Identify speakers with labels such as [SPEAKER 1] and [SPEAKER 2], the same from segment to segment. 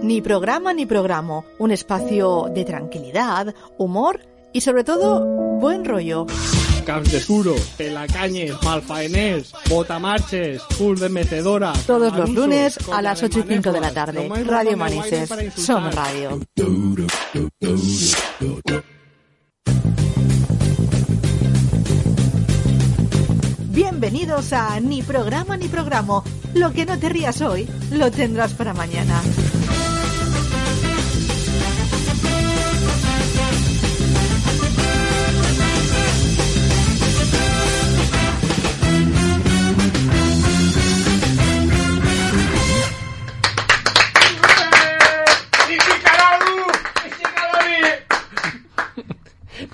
[SPEAKER 1] Ni programa ni programa, un espacio de tranquilidad, humor y sobre todo buen rollo.
[SPEAKER 2] Camps de Suro, Pelacañes, Malfaenés, Botamarches, Full de Mecedora.
[SPEAKER 1] Todos los lunes a las 8 y 5 de la tarde. Radio Manises, Son Radio. Bienvenidos a Ni programa ni programa. Lo que no te rías hoy, lo tendrás para mañana.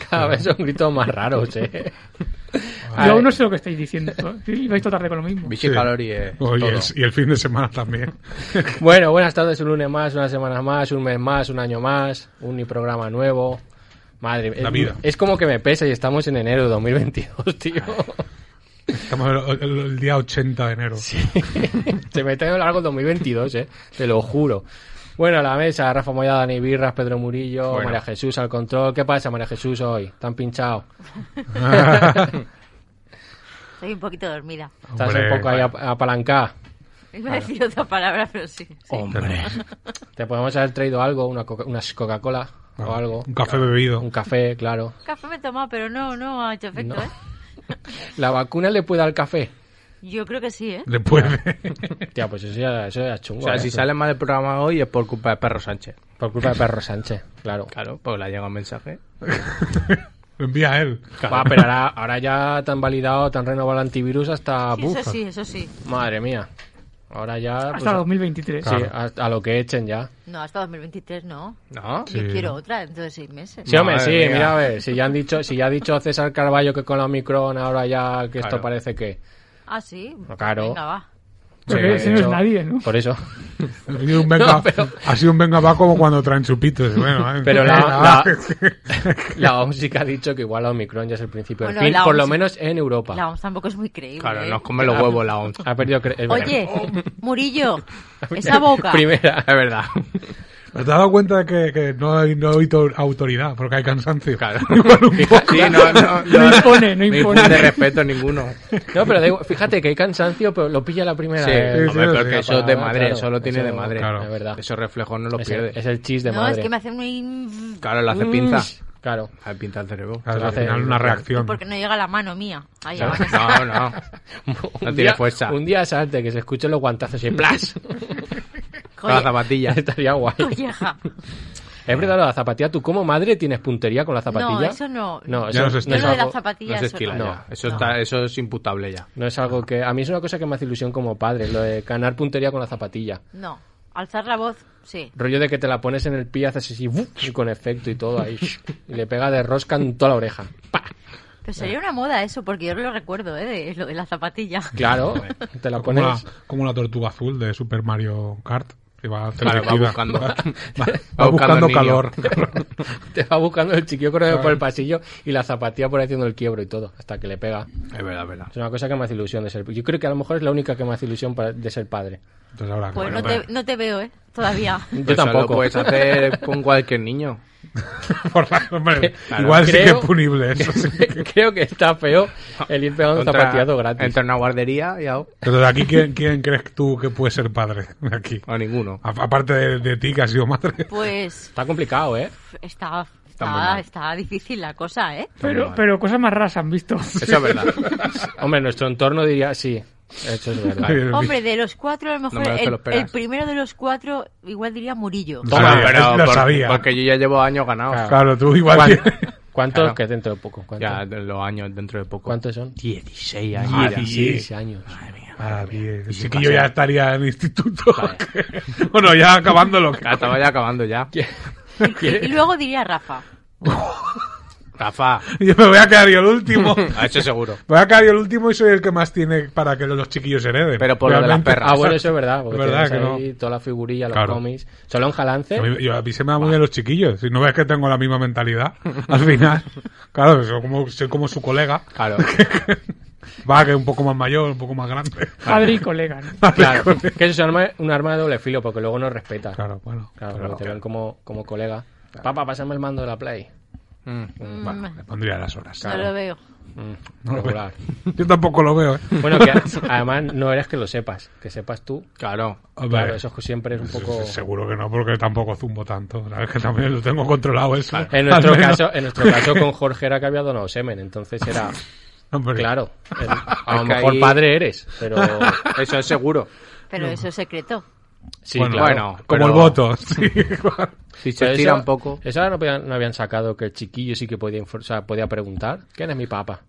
[SPEAKER 3] Cada vez son gritos más raros, eh.
[SPEAKER 4] Yo aún no sé lo que estáis diciendo. Lo vais tarde con lo mismo.
[SPEAKER 3] Vichy Calori, eh,
[SPEAKER 5] Oh, y,
[SPEAKER 3] todo.
[SPEAKER 5] el, y el fin de semana también.
[SPEAKER 3] Bueno, buenas tardes, un lunes más, una semana más, un mes más, un año más, un ni programa nuevo. Madre mía.
[SPEAKER 5] La vida.
[SPEAKER 3] Es como que me pesa y estamos en enero de 2022, tío.
[SPEAKER 5] Estamos el, el- el día 80 de enero.
[SPEAKER 3] Se me está yendo largo el 2022, eh. Te lo juro. Bueno, a la mesa, Rafa Moya, Dani Birras, Pedro Murillo,
[SPEAKER 5] Bueno.
[SPEAKER 3] María Jesús al control. ¿Qué pasa, María Jesús, hoy? ¿Tan pinchado?
[SPEAKER 6] Estoy un poquito dormida.
[SPEAKER 3] ¿Estás
[SPEAKER 5] Hombre,
[SPEAKER 3] un poco ahí ap- apalancada?
[SPEAKER 6] Iba a decir otra palabra, pero sí.
[SPEAKER 5] Oh.
[SPEAKER 6] sí.
[SPEAKER 3] Hombre. ¿Te podemos haber traído algo? Una coca- unas Coca-Cola o algo.
[SPEAKER 5] Un café bebido.
[SPEAKER 3] Un café, claro.
[SPEAKER 6] Café me he tomado, pero no, no ha hecho efecto,
[SPEAKER 3] No.
[SPEAKER 6] ¿eh?
[SPEAKER 3] ¿La vacuna le puede dar café?
[SPEAKER 6] Yo creo que sí, ¿eh?
[SPEAKER 5] Después
[SPEAKER 3] Tía, pues eso ya, eso ya es chungo.
[SPEAKER 7] O sea,
[SPEAKER 3] ¿eh?
[SPEAKER 7] si sale mal el programa hoy es por culpa de Perro Sánchez.
[SPEAKER 3] Por culpa de Perro Sánchez, claro.
[SPEAKER 7] Claro, porque le ha llegado un mensaje.
[SPEAKER 5] lo envía a él.
[SPEAKER 3] Va, pero ahora, ahora ya te han validado, te han renovado el antivirus hasta...
[SPEAKER 6] Sí,
[SPEAKER 3] buf,
[SPEAKER 6] eso sí, eso sí.
[SPEAKER 3] Madre mía. Ahora ya... pues,
[SPEAKER 4] Hasta 2023.
[SPEAKER 3] sí, a, a lo que echen ya.
[SPEAKER 6] No, hasta 2023 no.
[SPEAKER 7] ¿No?
[SPEAKER 6] Yo quiero otra dentro de seis meses.
[SPEAKER 3] Sí, hombre,
[SPEAKER 7] Madre
[SPEAKER 3] sí,
[SPEAKER 7] mía.
[SPEAKER 3] mira, a ver, si ya han dicho, si ya ha dicho César Carballo que con la Omicron ahora ya que esto
[SPEAKER 7] Claro.
[SPEAKER 3] parece que...
[SPEAKER 6] Ah, sí.
[SPEAKER 3] Claro.
[SPEAKER 6] Venga, va.
[SPEAKER 4] Porque
[SPEAKER 3] Sí,
[SPEAKER 4] ese no es
[SPEAKER 3] yo-
[SPEAKER 4] nadie, ¿no?
[SPEAKER 3] Por eso.
[SPEAKER 5] Ha sido un venga,
[SPEAKER 3] No, pero-
[SPEAKER 5] ha sido un venga va como cuando traen chupitos. Bueno, eh.
[SPEAKER 3] Pero la-
[SPEAKER 5] Ah,
[SPEAKER 3] La OMS sí que ha dicho que igual la Omicron ya es el principio del
[SPEAKER 6] Bueno,
[SPEAKER 3] fin,
[SPEAKER 6] la
[SPEAKER 3] por lo
[SPEAKER 6] OMS
[SPEAKER 3] menos en Europa.
[SPEAKER 6] La OMS tampoco es muy creíble.
[SPEAKER 7] Claro,
[SPEAKER 6] ¿eh?
[SPEAKER 7] nos come los huevos la OMS.
[SPEAKER 3] Ha perdido... cre- es verdad.
[SPEAKER 6] Oye, Murillo, esa boca.
[SPEAKER 3] Primera, es verdad.
[SPEAKER 5] ¿Te has dado cuenta de que, que no hay, no hay to- autoridad? Porque hay cansancio.
[SPEAKER 7] Claro.
[SPEAKER 5] Igual un poco.
[SPEAKER 7] Sí, no, no,
[SPEAKER 4] No impone, no
[SPEAKER 7] no
[SPEAKER 4] impone.
[SPEAKER 7] impone respeto ninguno.
[SPEAKER 3] No, pero da igual, fíjate que hay cansancio, pero lo pilla la primera
[SPEAKER 7] Sí,
[SPEAKER 3] vez.
[SPEAKER 5] sí,
[SPEAKER 7] hombre, pero
[SPEAKER 5] sí,
[SPEAKER 7] que
[SPEAKER 5] la
[SPEAKER 7] eso es de
[SPEAKER 3] palabra,
[SPEAKER 7] madre,
[SPEAKER 3] claro,
[SPEAKER 7] eso lo tiene
[SPEAKER 3] eso-
[SPEAKER 7] de madre.
[SPEAKER 3] claro. Es verdad.
[SPEAKER 7] Esos reflejos no los
[SPEAKER 3] Es el,
[SPEAKER 7] pierde.
[SPEAKER 3] es el chis de
[SPEAKER 6] no,
[SPEAKER 3] madre.
[SPEAKER 6] es que me hace muy...
[SPEAKER 7] Claro, lo hace pinza.
[SPEAKER 3] Claro.
[SPEAKER 7] Hace pinza el cerebro.
[SPEAKER 5] Claro, al
[SPEAKER 3] hace-
[SPEAKER 5] final una reacción.
[SPEAKER 6] Porque no llega la mano mía. Ay,
[SPEAKER 7] No,
[SPEAKER 6] ahora.
[SPEAKER 7] no, no. No
[SPEAKER 3] Un
[SPEAKER 7] tiene
[SPEAKER 3] día-
[SPEAKER 7] fuerza.
[SPEAKER 3] Un día salte que se escuchen los guantazos y ¡plas!
[SPEAKER 7] Con la
[SPEAKER 6] Oye,
[SPEAKER 7] zapatilla.
[SPEAKER 3] Estaría guay.
[SPEAKER 6] vieja.
[SPEAKER 3] Es verdad, lo de la zapatilla. ¿Tú como madre tienes puntería con la zapatilla?
[SPEAKER 6] No, eso no.
[SPEAKER 3] No,
[SPEAKER 5] Ya
[SPEAKER 3] eso
[SPEAKER 5] no se
[SPEAKER 3] no
[SPEAKER 6] Yo
[SPEAKER 3] es
[SPEAKER 6] lo de la
[SPEAKER 3] algo...
[SPEAKER 6] zapatilla
[SPEAKER 7] No se
[SPEAKER 6] eso
[SPEAKER 7] esquila
[SPEAKER 3] no.
[SPEAKER 7] ya. Eso, está, eso es imputable ya.
[SPEAKER 3] No es algo que... A mí es una cosa que me hace ilusión como padre, lo de ganar puntería con la zapatilla.
[SPEAKER 6] No. Alzar la voz, sí.
[SPEAKER 3] Rollo de que te la pones en el pie, haces así, ¡buf! y con efecto y todo ahí. Y le pega de rosca en toda la oreja. ¡Pa!
[SPEAKER 6] Pero sería una moda eso, porque yo lo recuerdo, ¿eh? De, lo de la zapatilla.
[SPEAKER 3] Claro, te la
[SPEAKER 5] Como la,
[SPEAKER 3] pones...
[SPEAKER 5] como la tortuga azul de Super Mario Kart. Que va,
[SPEAKER 7] Vale, va
[SPEAKER 5] cerquita.
[SPEAKER 7] buscando.
[SPEAKER 5] Va-
[SPEAKER 7] Va
[SPEAKER 5] va- va
[SPEAKER 7] buscando
[SPEAKER 5] buscando
[SPEAKER 7] niño.
[SPEAKER 5] calor.
[SPEAKER 3] Te va buscando el chiquillo corriendo por el pasillo y la zapatilla por ahí haciendo el quiebro y todo, hasta que le pega.
[SPEAKER 7] Es verdad, es verdad.
[SPEAKER 3] Es una cosa que me hace ilusión de ser. Yo creo que a lo mejor es la única que me hace ilusión para- de ser padre.
[SPEAKER 5] Entonces ahora,
[SPEAKER 6] Pues
[SPEAKER 5] bueno,
[SPEAKER 6] no te, no te veo, ¿eh? Todavía.
[SPEAKER 3] Yo
[SPEAKER 7] Pero Pues eso
[SPEAKER 3] tampoco.
[SPEAKER 7] Lo puedes hacer con cualquier niño.
[SPEAKER 5] Por la- hombre,
[SPEAKER 3] Claro.
[SPEAKER 5] igual sí que
[SPEAKER 3] Creo-
[SPEAKER 5] es punible eso. sí.
[SPEAKER 3] creo que está feo el ir pegando un
[SPEAKER 7] Entra-
[SPEAKER 3] zapatillazo gratis.
[SPEAKER 7] Entra en una guardería y a,
[SPEAKER 5] Pero de aquí, ¿quién, quién crees tú que puede ser padre? De aquí.
[SPEAKER 7] a ninguno.
[SPEAKER 5] A- aparte de, de ti, que has sido madre.
[SPEAKER 6] Pues
[SPEAKER 3] Está complicado, ¿eh?
[SPEAKER 6] está,
[SPEAKER 7] muy
[SPEAKER 6] está,
[SPEAKER 7] mal.
[SPEAKER 6] está difícil la cosa, ¿eh?
[SPEAKER 4] Pero, pero cosas más raras han visto.
[SPEAKER 7] Eso es verdad.
[SPEAKER 3] Hombre, nuestro entorno diría sí. Eso es verdad.
[SPEAKER 5] Sí,
[SPEAKER 6] Hombre, de los cuatro, a lo
[SPEAKER 7] No
[SPEAKER 6] mejor
[SPEAKER 7] me lo te lo
[SPEAKER 6] el,
[SPEAKER 7] esperas.
[SPEAKER 6] el primero de los cuatro, igual diría Murillo.
[SPEAKER 5] No. sabía, lo sabía.
[SPEAKER 7] Porque yo ya llevo años ganados.
[SPEAKER 5] Claro, tú igual
[SPEAKER 3] ¿Cuán-
[SPEAKER 5] tienes-
[SPEAKER 3] ¿Cuántos?
[SPEAKER 7] Claro.
[SPEAKER 3] Que dentro de poco. ¿Cuántos,
[SPEAKER 7] Ya de los años dentro de poco.
[SPEAKER 3] ¿Cuántos son?
[SPEAKER 7] 16 años.
[SPEAKER 5] Ah,
[SPEAKER 7] ya.
[SPEAKER 5] sí.
[SPEAKER 3] 16 años.
[SPEAKER 7] Madre mía.
[SPEAKER 5] Ah, bien.
[SPEAKER 3] qué
[SPEAKER 5] Sí que yo
[SPEAKER 3] pasa?
[SPEAKER 5] ya estaría en el instituto. bueno, ya acabándolo.
[SPEAKER 7] Ya estaba ya acabando ya.
[SPEAKER 6] Y luego diría Rafa.
[SPEAKER 7] Rafa,
[SPEAKER 5] Yo me voy a quedar yo el último. Me
[SPEAKER 7] a eso seguro.
[SPEAKER 5] voy a quedar yo el último y soy el que más tiene para que los chiquillos hereden.
[SPEAKER 7] Pero por lo de las
[SPEAKER 5] Realmente.
[SPEAKER 7] perras.
[SPEAKER 3] Ah, bueno, eso es verdad. Porque
[SPEAKER 5] Es verdad
[SPEAKER 3] tienes
[SPEAKER 5] que
[SPEAKER 3] ahí toda la figurilla, los
[SPEAKER 5] Claro.
[SPEAKER 3] cómics. Solo en Jalance.
[SPEAKER 5] A mí, yo, a mí se me da muy bien los chiquillos. Si no ves que tengo la misma mentalidad, al final. Claro, soy como, soy como su colega.
[SPEAKER 3] Claro,
[SPEAKER 5] Va, que es un poco más mayor, un poco más grande.
[SPEAKER 4] Padre y colega. ¿no?
[SPEAKER 3] claro. que eso es un arma, un arma de doble filo porque luego no respeta. Claro,
[SPEAKER 5] Claro, bueno.
[SPEAKER 3] porque te ven como, como colega. Papá, pásame el mando de la Play.
[SPEAKER 5] Bueno, le pondría las horas.
[SPEAKER 6] No lo veo.
[SPEAKER 3] Mm,
[SPEAKER 5] No lo veo.
[SPEAKER 3] regular.
[SPEAKER 5] Yo tampoco lo veo, ¿eh?
[SPEAKER 3] Bueno, que además no eres que lo sepas, que sepas tú.
[SPEAKER 7] Claro.
[SPEAKER 5] Hombre,
[SPEAKER 3] Claro, eso siempre es un poco.
[SPEAKER 5] Seguro que no, porque tampoco zumbo tanto. Sabes que también lo tengo controlado eso.
[SPEAKER 3] En nuestro
[SPEAKER 5] Al menos.
[SPEAKER 3] caso, en nuestro caso con Jorge era que había donado semen, entonces era
[SPEAKER 5] Hombre,
[SPEAKER 3] claro. el- a lo
[SPEAKER 7] Es que
[SPEAKER 3] mejor
[SPEAKER 7] ahí-
[SPEAKER 3] padre eres, pero
[SPEAKER 7] Eso es seguro.
[SPEAKER 6] Pero eso es secreto.
[SPEAKER 3] sí,
[SPEAKER 5] bueno,
[SPEAKER 3] claro.
[SPEAKER 7] bueno,
[SPEAKER 5] como
[SPEAKER 7] pero-
[SPEAKER 5] el voto. sí.
[SPEAKER 7] Si se
[SPEAKER 3] Pero
[SPEAKER 7] estira
[SPEAKER 3] eso-
[SPEAKER 7] un poco.
[SPEAKER 3] Eso ahora no, podían- no habían sacado que el chiquillo sí que podía, infor- o sea, podía preguntar quién es mi papá.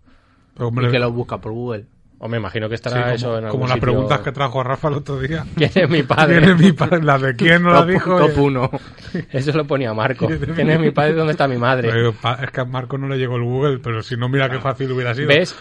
[SPEAKER 5] Hombre,
[SPEAKER 7] Y que lo busca por Google.
[SPEAKER 3] O me imagino que
[SPEAKER 5] sí,
[SPEAKER 3] estará
[SPEAKER 5] como,
[SPEAKER 3] eso en algún
[SPEAKER 5] como las
[SPEAKER 3] sitio.
[SPEAKER 5] preguntas que trajo Rafa el otro día.
[SPEAKER 3] ¿Quién es mi padre?
[SPEAKER 5] ¿Quién es mi padre? ¿La de quién no la
[SPEAKER 7] Top,
[SPEAKER 5] dijo? eh.
[SPEAKER 7] top uno.
[SPEAKER 3] Eso lo ponía Marco. ¿Quién es mi padre? ¿Dónde está mi madre?
[SPEAKER 5] Pero pa- Es que a Marco no le llegó el Google, pero si no, mira qué fácil hubiera sido.
[SPEAKER 3] ¿Ves?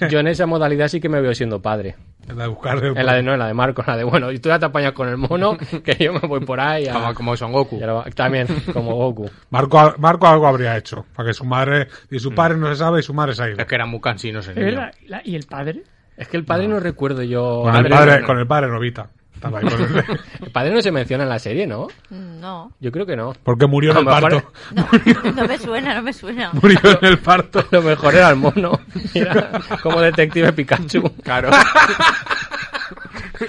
[SPEAKER 3] Yo, yo en esa modalidad sí que me veo siendo padre.
[SPEAKER 5] La de buscar el-
[SPEAKER 3] En la de no, en la de Marco, en la de bueno, y tú ya te apañas con el mono, que yo me voy por ahí. a-
[SPEAKER 7] Como, como Son Goku.
[SPEAKER 3] y a la- también, como Goku.
[SPEAKER 5] Marco, Marco algo habría hecho. Para que su madre y
[SPEAKER 3] Mm.
[SPEAKER 5] su padre no se sabe y su madre se ha ido.
[SPEAKER 7] Es que eran muy cansinos ese
[SPEAKER 4] Pero
[SPEAKER 7] niño.
[SPEAKER 4] la- la- ¿Y el padre?
[SPEAKER 3] Es que el padre no, recuerdo yo.
[SPEAKER 5] Con el
[SPEAKER 3] Padre-
[SPEAKER 5] padre, con el padre Novita. Estaba ahí con el-
[SPEAKER 3] El padre no se menciona en la serie, ¿no?
[SPEAKER 6] No.
[SPEAKER 3] Yo creo que no.
[SPEAKER 5] Porque murió en
[SPEAKER 3] A
[SPEAKER 5] el
[SPEAKER 3] lo mejor-
[SPEAKER 5] parto.
[SPEAKER 6] No, no me suena, no me suena.
[SPEAKER 5] Murió en el parto.
[SPEAKER 3] Lo mejor era el mono. Mira, como detective Pikachu. Claro.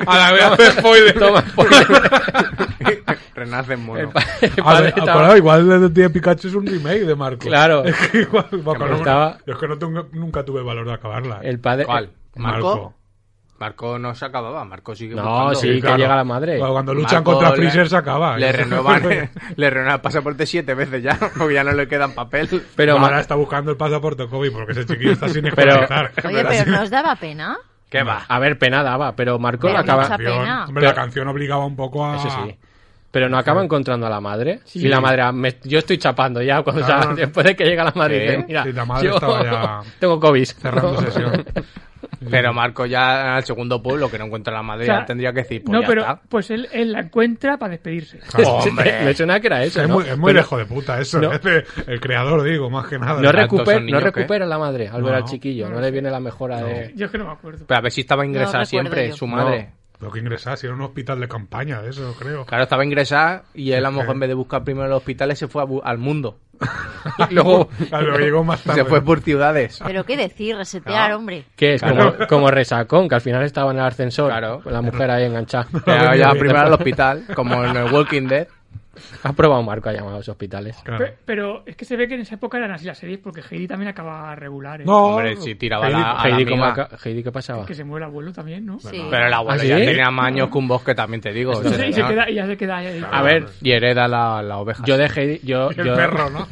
[SPEAKER 5] A la vez hace spoiler.
[SPEAKER 3] Toma, spoiler.
[SPEAKER 7] Renace en mono.
[SPEAKER 3] El pa- el
[SPEAKER 5] A
[SPEAKER 3] padre
[SPEAKER 5] ver,
[SPEAKER 3] estaba-
[SPEAKER 5] acordado, igual el de Pikachu es un remake de Marco.
[SPEAKER 3] Claro.
[SPEAKER 5] Es que igual, va con
[SPEAKER 3] me
[SPEAKER 5] una-
[SPEAKER 3] estaba-
[SPEAKER 5] Yo es que no tengo- nunca tuve valor de acabarla. eh.
[SPEAKER 3] El padre.
[SPEAKER 7] ¿Cuál?
[SPEAKER 5] Marco.
[SPEAKER 7] ¿Marco? Marco no se acababa. Marco sigue
[SPEAKER 3] No,
[SPEAKER 7] buscando.
[SPEAKER 3] sí, que llega la madre.
[SPEAKER 5] Cuando, cuando luchan
[SPEAKER 7] Marco
[SPEAKER 5] contra
[SPEAKER 7] le-
[SPEAKER 5] Freezer se acaba. ¿eh?
[SPEAKER 7] Le renuevan, le renuevan el pasaporte siete veces ya, porque ya no le quedan papel.
[SPEAKER 3] Pero,
[SPEAKER 5] Ahora
[SPEAKER 3] ma-
[SPEAKER 5] está buscando el pasaporte COVID porque ese chiquillo está sin
[SPEAKER 3] Pero-
[SPEAKER 5] escolarizar.
[SPEAKER 6] Oye, pero ¿nos daba pena?
[SPEAKER 7] ¿Qué va?
[SPEAKER 3] a ver, pena daba, pero Marco
[SPEAKER 6] Pero
[SPEAKER 3] no
[SPEAKER 6] mucha
[SPEAKER 3] acaba.
[SPEAKER 6] pena.
[SPEAKER 5] Canción, hombre, la
[SPEAKER 3] Pero-
[SPEAKER 5] canción obligaba un poco a...
[SPEAKER 3] Eso sí. Pero no acaba encontrando a la madre. Y la madre, ah, me- yo estoy chapando ya. Cuando, o sea,
[SPEAKER 5] Claro.
[SPEAKER 3] después de que llega la madre,
[SPEAKER 7] Sí,
[SPEAKER 3] dice, mira,
[SPEAKER 5] sí, la madre
[SPEAKER 3] yo
[SPEAKER 5] estaba ya
[SPEAKER 3] tengo COVID.
[SPEAKER 5] Cerrando
[SPEAKER 3] ¿no?
[SPEAKER 5] sesión.
[SPEAKER 3] Mm.
[SPEAKER 7] Pero Marco ya al segundo pueblo que no encuentra la madre
[SPEAKER 4] O sea,
[SPEAKER 7] ya tendría que decir, pues
[SPEAKER 4] no,
[SPEAKER 7] ya
[SPEAKER 4] pero
[SPEAKER 7] está.
[SPEAKER 4] pues él, él la encuentra para despedirse.
[SPEAKER 5] Hombre.
[SPEAKER 3] Me suena que era eso.
[SPEAKER 5] Es
[SPEAKER 3] ¿no?
[SPEAKER 5] muy, es muy
[SPEAKER 3] Pero
[SPEAKER 5] lejos de puta eso.
[SPEAKER 3] no.
[SPEAKER 5] es de- el creador, digo, más que nada.
[SPEAKER 3] No,
[SPEAKER 7] tanto
[SPEAKER 3] recupera,
[SPEAKER 7] son
[SPEAKER 3] no
[SPEAKER 7] niños que-
[SPEAKER 3] recupera la madre al ver
[SPEAKER 5] No,
[SPEAKER 3] al
[SPEAKER 5] no.
[SPEAKER 3] chiquillo. No, le viene la mejora de.
[SPEAKER 4] Yo es que no me acuerdo.
[SPEAKER 7] Pero a ver si estaba ingresada
[SPEAKER 6] No recuerdo
[SPEAKER 7] siempre
[SPEAKER 6] yo.
[SPEAKER 7] su madre.
[SPEAKER 5] Lo que ingresaba, si era un hospital de campaña de eso, creo.
[SPEAKER 7] Claro, estaba ingresada y él a lo mejor en vez de buscar primero los hospitales se fue a bu- al mundo.
[SPEAKER 3] Y luego,
[SPEAKER 5] Claro, llegó más tarde.
[SPEAKER 7] Se fue por ciudades.
[SPEAKER 6] Pero qué decir, resetear, hombre.
[SPEAKER 3] ¿qué es? Como, como resacón, que al final estaba en el ascensor.
[SPEAKER 7] Claro.
[SPEAKER 3] Con la mujer ahí enganchada.
[SPEAKER 7] Pero ya primero al hospital, como en el Walking Dead.
[SPEAKER 3] Has probado, Marco, ha llamado a los hospitales.
[SPEAKER 5] Claro.
[SPEAKER 4] Pe- Pero es que se ve que en esa época eran así las series porque Heidi también acaba regular. ¿eh?
[SPEAKER 5] No,
[SPEAKER 7] Hombre, si tiraba a la, a la
[SPEAKER 3] Heidi, ¿cómo
[SPEAKER 7] amiga.
[SPEAKER 3] aca- Heidi, ¿qué pasaba?
[SPEAKER 4] Que se mueve el abuelo también, ¿no?
[SPEAKER 6] Sí.
[SPEAKER 7] Pero el abuelo
[SPEAKER 3] ¿Ah,
[SPEAKER 7] ya
[SPEAKER 3] sí?
[SPEAKER 7] tenía más años que un bosque también, te digo.
[SPEAKER 4] Entonces, y, se
[SPEAKER 7] pues Ya- Ah,
[SPEAKER 4] queda, y ya se queda ahí.
[SPEAKER 3] A ver,
[SPEAKER 7] y hereda la, la oveja.
[SPEAKER 3] yo de Heidi. Yo,
[SPEAKER 5] El
[SPEAKER 3] yo-
[SPEAKER 5] perro, ¿no?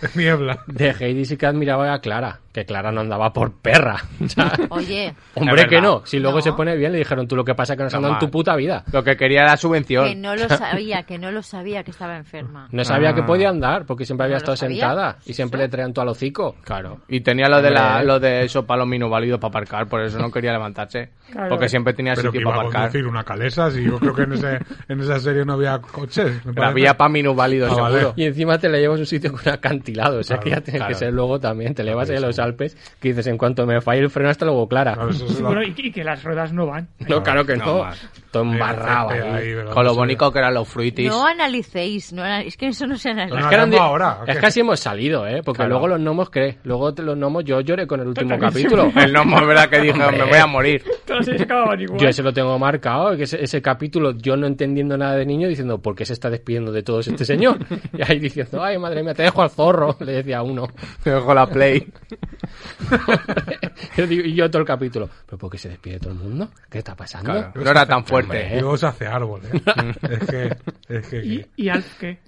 [SPEAKER 5] De niebla.
[SPEAKER 3] De Heidi sí que admiraba a Clara, que Clara no andaba por perra. O sea,
[SPEAKER 6] Oye,
[SPEAKER 3] hombre,
[SPEAKER 7] Es
[SPEAKER 3] que
[SPEAKER 7] verdad.
[SPEAKER 3] no. Si luego
[SPEAKER 6] No.
[SPEAKER 3] se pone bien, le dijeron tú lo que pasa es que no has
[SPEAKER 7] No,
[SPEAKER 3] andado en tu
[SPEAKER 7] mal.
[SPEAKER 3] puta vida.
[SPEAKER 7] Lo que quería era subvención.
[SPEAKER 6] que no lo sabía, que no lo sabía que estaba enferma.
[SPEAKER 3] No sabía
[SPEAKER 7] Ah.
[SPEAKER 3] que podía andar porque siempre había
[SPEAKER 6] No lo
[SPEAKER 3] estado
[SPEAKER 6] sabía.
[SPEAKER 3] sentada y siempre le traían todo al hocico. Claro.
[SPEAKER 7] Y tenía lo de, la,
[SPEAKER 3] Hombre.
[SPEAKER 7] lo de esos palos minusválidos para aparcar, por eso no quería levantarse.
[SPEAKER 4] Claro.
[SPEAKER 7] Porque siempre tenía
[SPEAKER 5] Pero que
[SPEAKER 7] sitio
[SPEAKER 5] iba
[SPEAKER 7] para
[SPEAKER 5] a
[SPEAKER 7] aparcar.
[SPEAKER 5] conducir una calesa, si yo creo que en, ese, en esa serie no había coches. me
[SPEAKER 7] La
[SPEAKER 5] parece.
[SPEAKER 7] vía para minusválidos,
[SPEAKER 5] Ah, vale.
[SPEAKER 7] seguro.
[SPEAKER 3] Y encima te la llevas a un sitio con acantilado. O sea que ya tienes
[SPEAKER 7] claro.
[SPEAKER 3] que ser luego también. Te le vas a los Alpes que dices, en cuanto me falle el freno, hasta luego, Clara.
[SPEAKER 5] Claro, eso es
[SPEAKER 4] Sí,
[SPEAKER 5] la-
[SPEAKER 4] bueno, y, y que las ruedas no van.
[SPEAKER 3] No, claro que
[SPEAKER 7] No,
[SPEAKER 3] no.
[SPEAKER 7] mal.
[SPEAKER 3] Todo embarrado
[SPEAKER 5] Ahí,
[SPEAKER 3] ahí.
[SPEAKER 5] ahí,
[SPEAKER 7] Con lo
[SPEAKER 5] no sé.
[SPEAKER 7] bonito que eran los fruitis.
[SPEAKER 6] No analicéis, no ana- es que eso no se
[SPEAKER 5] No,
[SPEAKER 6] analiza.
[SPEAKER 3] Es
[SPEAKER 5] no,
[SPEAKER 3] que, eran
[SPEAKER 5] hablamos
[SPEAKER 3] di-
[SPEAKER 5] ahora. ¿o
[SPEAKER 3] es
[SPEAKER 5] qué?
[SPEAKER 3] que así hemos salido, ¿eh? Porque
[SPEAKER 7] Claro.
[SPEAKER 3] luego los gnomos, ¿qué? Luego te- los gnomos, yo lloré con el último capítulo.
[SPEAKER 7] El gnomo, es verdad que dijo, me voy a morir.
[SPEAKER 4] Todas se acababan igual.
[SPEAKER 3] Yo ese lo tengo marcado, que ese, ese capítulo yo no entendiendo nada de niño diciendo, ¿por qué se está despidiendo de todos este señor? Y ahí diciendo, ay, madre mía, te dejo al zorro, le decía uno.
[SPEAKER 7] Te dejo la play.
[SPEAKER 3] Yo digo- y yo todo el capítulo, ¿pero por qué se despide todo el mundo? ¿Qué está pasando?
[SPEAKER 7] Claro, no era tan fuerte.
[SPEAKER 5] Y luego se hace árbol, ¿eh? es que... Ah, Es que
[SPEAKER 4] ¿Y, y Alf qué?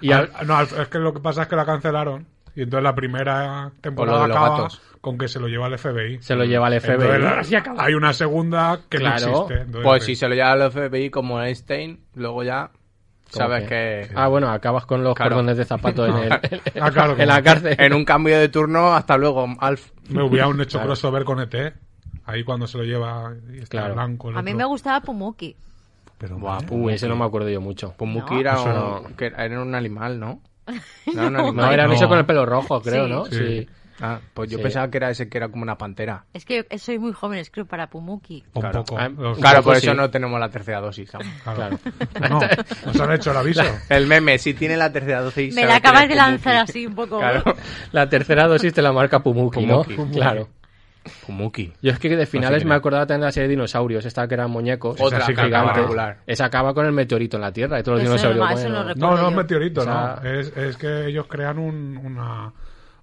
[SPEAKER 3] Y al-
[SPEAKER 7] Ah,
[SPEAKER 5] Al- no, al- es que lo que pasa es que la cancelaron. Y entonces la primera
[SPEAKER 7] O
[SPEAKER 5] temporada
[SPEAKER 7] lo de los
[SPEAKER 5] acaba
[SPEAKER 7] gatos.
[SPEAKER 5] con que se lo lleva el FBI.
[SPEAKER 3] Se lo lleva al FBI.
[SPEAKER 5] Entonces,
[SPEAKER 4] Así acaba.
[SPEAKER 5] hay una segunda que
[SPEAKER 3] Claro.
[SPEAKER 5] no existe. Entonces,
[SPEAKER 7] Pues si
[SPEAKER 5] en fin.
[SPEAKER 7] se lo lleva al FBI como Einstein, luego ya sabes que...
[SPEAKER 3] Ah, bueno, acabas con los
[SPEAKER 7] Claro.
[SPEAKER 3] cordones de zapato en, el,
[SPEAKER 5] Ah, claro,
[SPEAKER 3] en la
[SPEAKER 5] como-
[SPEAKER 3] cárcel.
[SPEAKER 7] En un cambio de turno, hasta luego, Alf. Pues
[SPEAKER 5] Me hubiera un hecho crossover con ET. Ahí cuando se lo lleva y está
[SPEAKER 3] Claro.
[SPEAKER 5] blanco. el
[SPEAKER 6] A mí
[SPEAKER 5] otro.
[SPEAKER 6] me gustaba Pumuki.
[SPEAKER 5] Pero,
[SPEAKER 7] Buah,
[SPEAKER 5] ¿eh?
[SPEAKER 3] Uy, ese no me acuerdo yo mucho.
[SPEAKER 7] Pues
[SPEAKER 6] No.
[SPEAKER 7] Muki era,
[SPEAKER 5] Eso no.
[SPEAKER 7] un- que era un animal, ¿no? No, un animal.
[SPEAKER 3] No, era
[SPEAKER 5] No.
[SPEAKER 3] eso con el pelo rojo, creo,
[SPEAKER 6] Sí.
[SPEAKER 3] ¿no?
[SPEAKER 5] Sí.
[SPEAKER 3] Sí.
[SPEAKER 7] Ah, pues yo
[SPEAKER 3] Sí.
[SPEAKER 7] pensaba que era ese que era como una pantera.
[SPEAKER 6] Es que soy muy joven, creo, para Pumuki.
[SPEAKER 5] Un
[SPEAKER 3] Claro.
[SPEAKER 5] poco.
[SPEAKER 3] Ah,
[SPEAKER 5] Los-
[SPEAKER 3] Claro,
[SPEAKER 7] Claro, por
[SPEAKER 3] pues
[SPEAKER 7] eso
[SPEAKER 3] sí.
[SPEAKER 7] no tenemos la tercera dosis. aún.
[SPEAKER 5] claro. No, nos han hecho el aviso.
[SPEAKER 7] El meme, si tiene la tercera dosis...
[SPEAKER 6] Me
[SPEAKER 7] sabe
[SPEAKER 6] la
[SPEAKER 7] que
[SPEAKER 6] acabas
[SPEAKER 7] eres
[SPEAKER 6] de lanzar
[SPEAKER 7] Pumuki.
[SPEAKER 6] así un poco.
[SPEAKER 7] Claro.
[SPEAKER 3] La tercera dosis te la marca Pumuki, ¿no?
[SPEAKER 7] Pumuki.
[SPEAKER 3] Claro.
[SPEAKER 7] Pumuki.
[SPEAKER 3] Yo es que de finales
[SPEAKER 7] quién
[SPEAKER 3] me
[SPEAKER 7] es.
[SPEAKER 3] acordaba también de la serie de dinosaurios, esta que eran muñecos.
[SPEAKER 7] Otra
[SPEAKER 3] esas
[SPEAKER 5] sí que acaba
[SPEAKER 3] gigantes.
[SPEAKER 7] regular.
[SPEAKER 3] Esa acaba con el meteorito en la Tierra y todos los
[SPEAKER 6] Eso no,
[SPEAKER 3] dinosaurios.
[SPEAKER 6] eso no
[SPEAKER 3] bueno,
[SPEAKER 6] recuerdo.
[SPEAKER 5] No, no es
[SPEAKER 6] yo.
[SPEAKER 5] meteorito,
[SPEAKER 3] O sea-
[SPEAKER 5] no. Es, es que ellos crean un, una-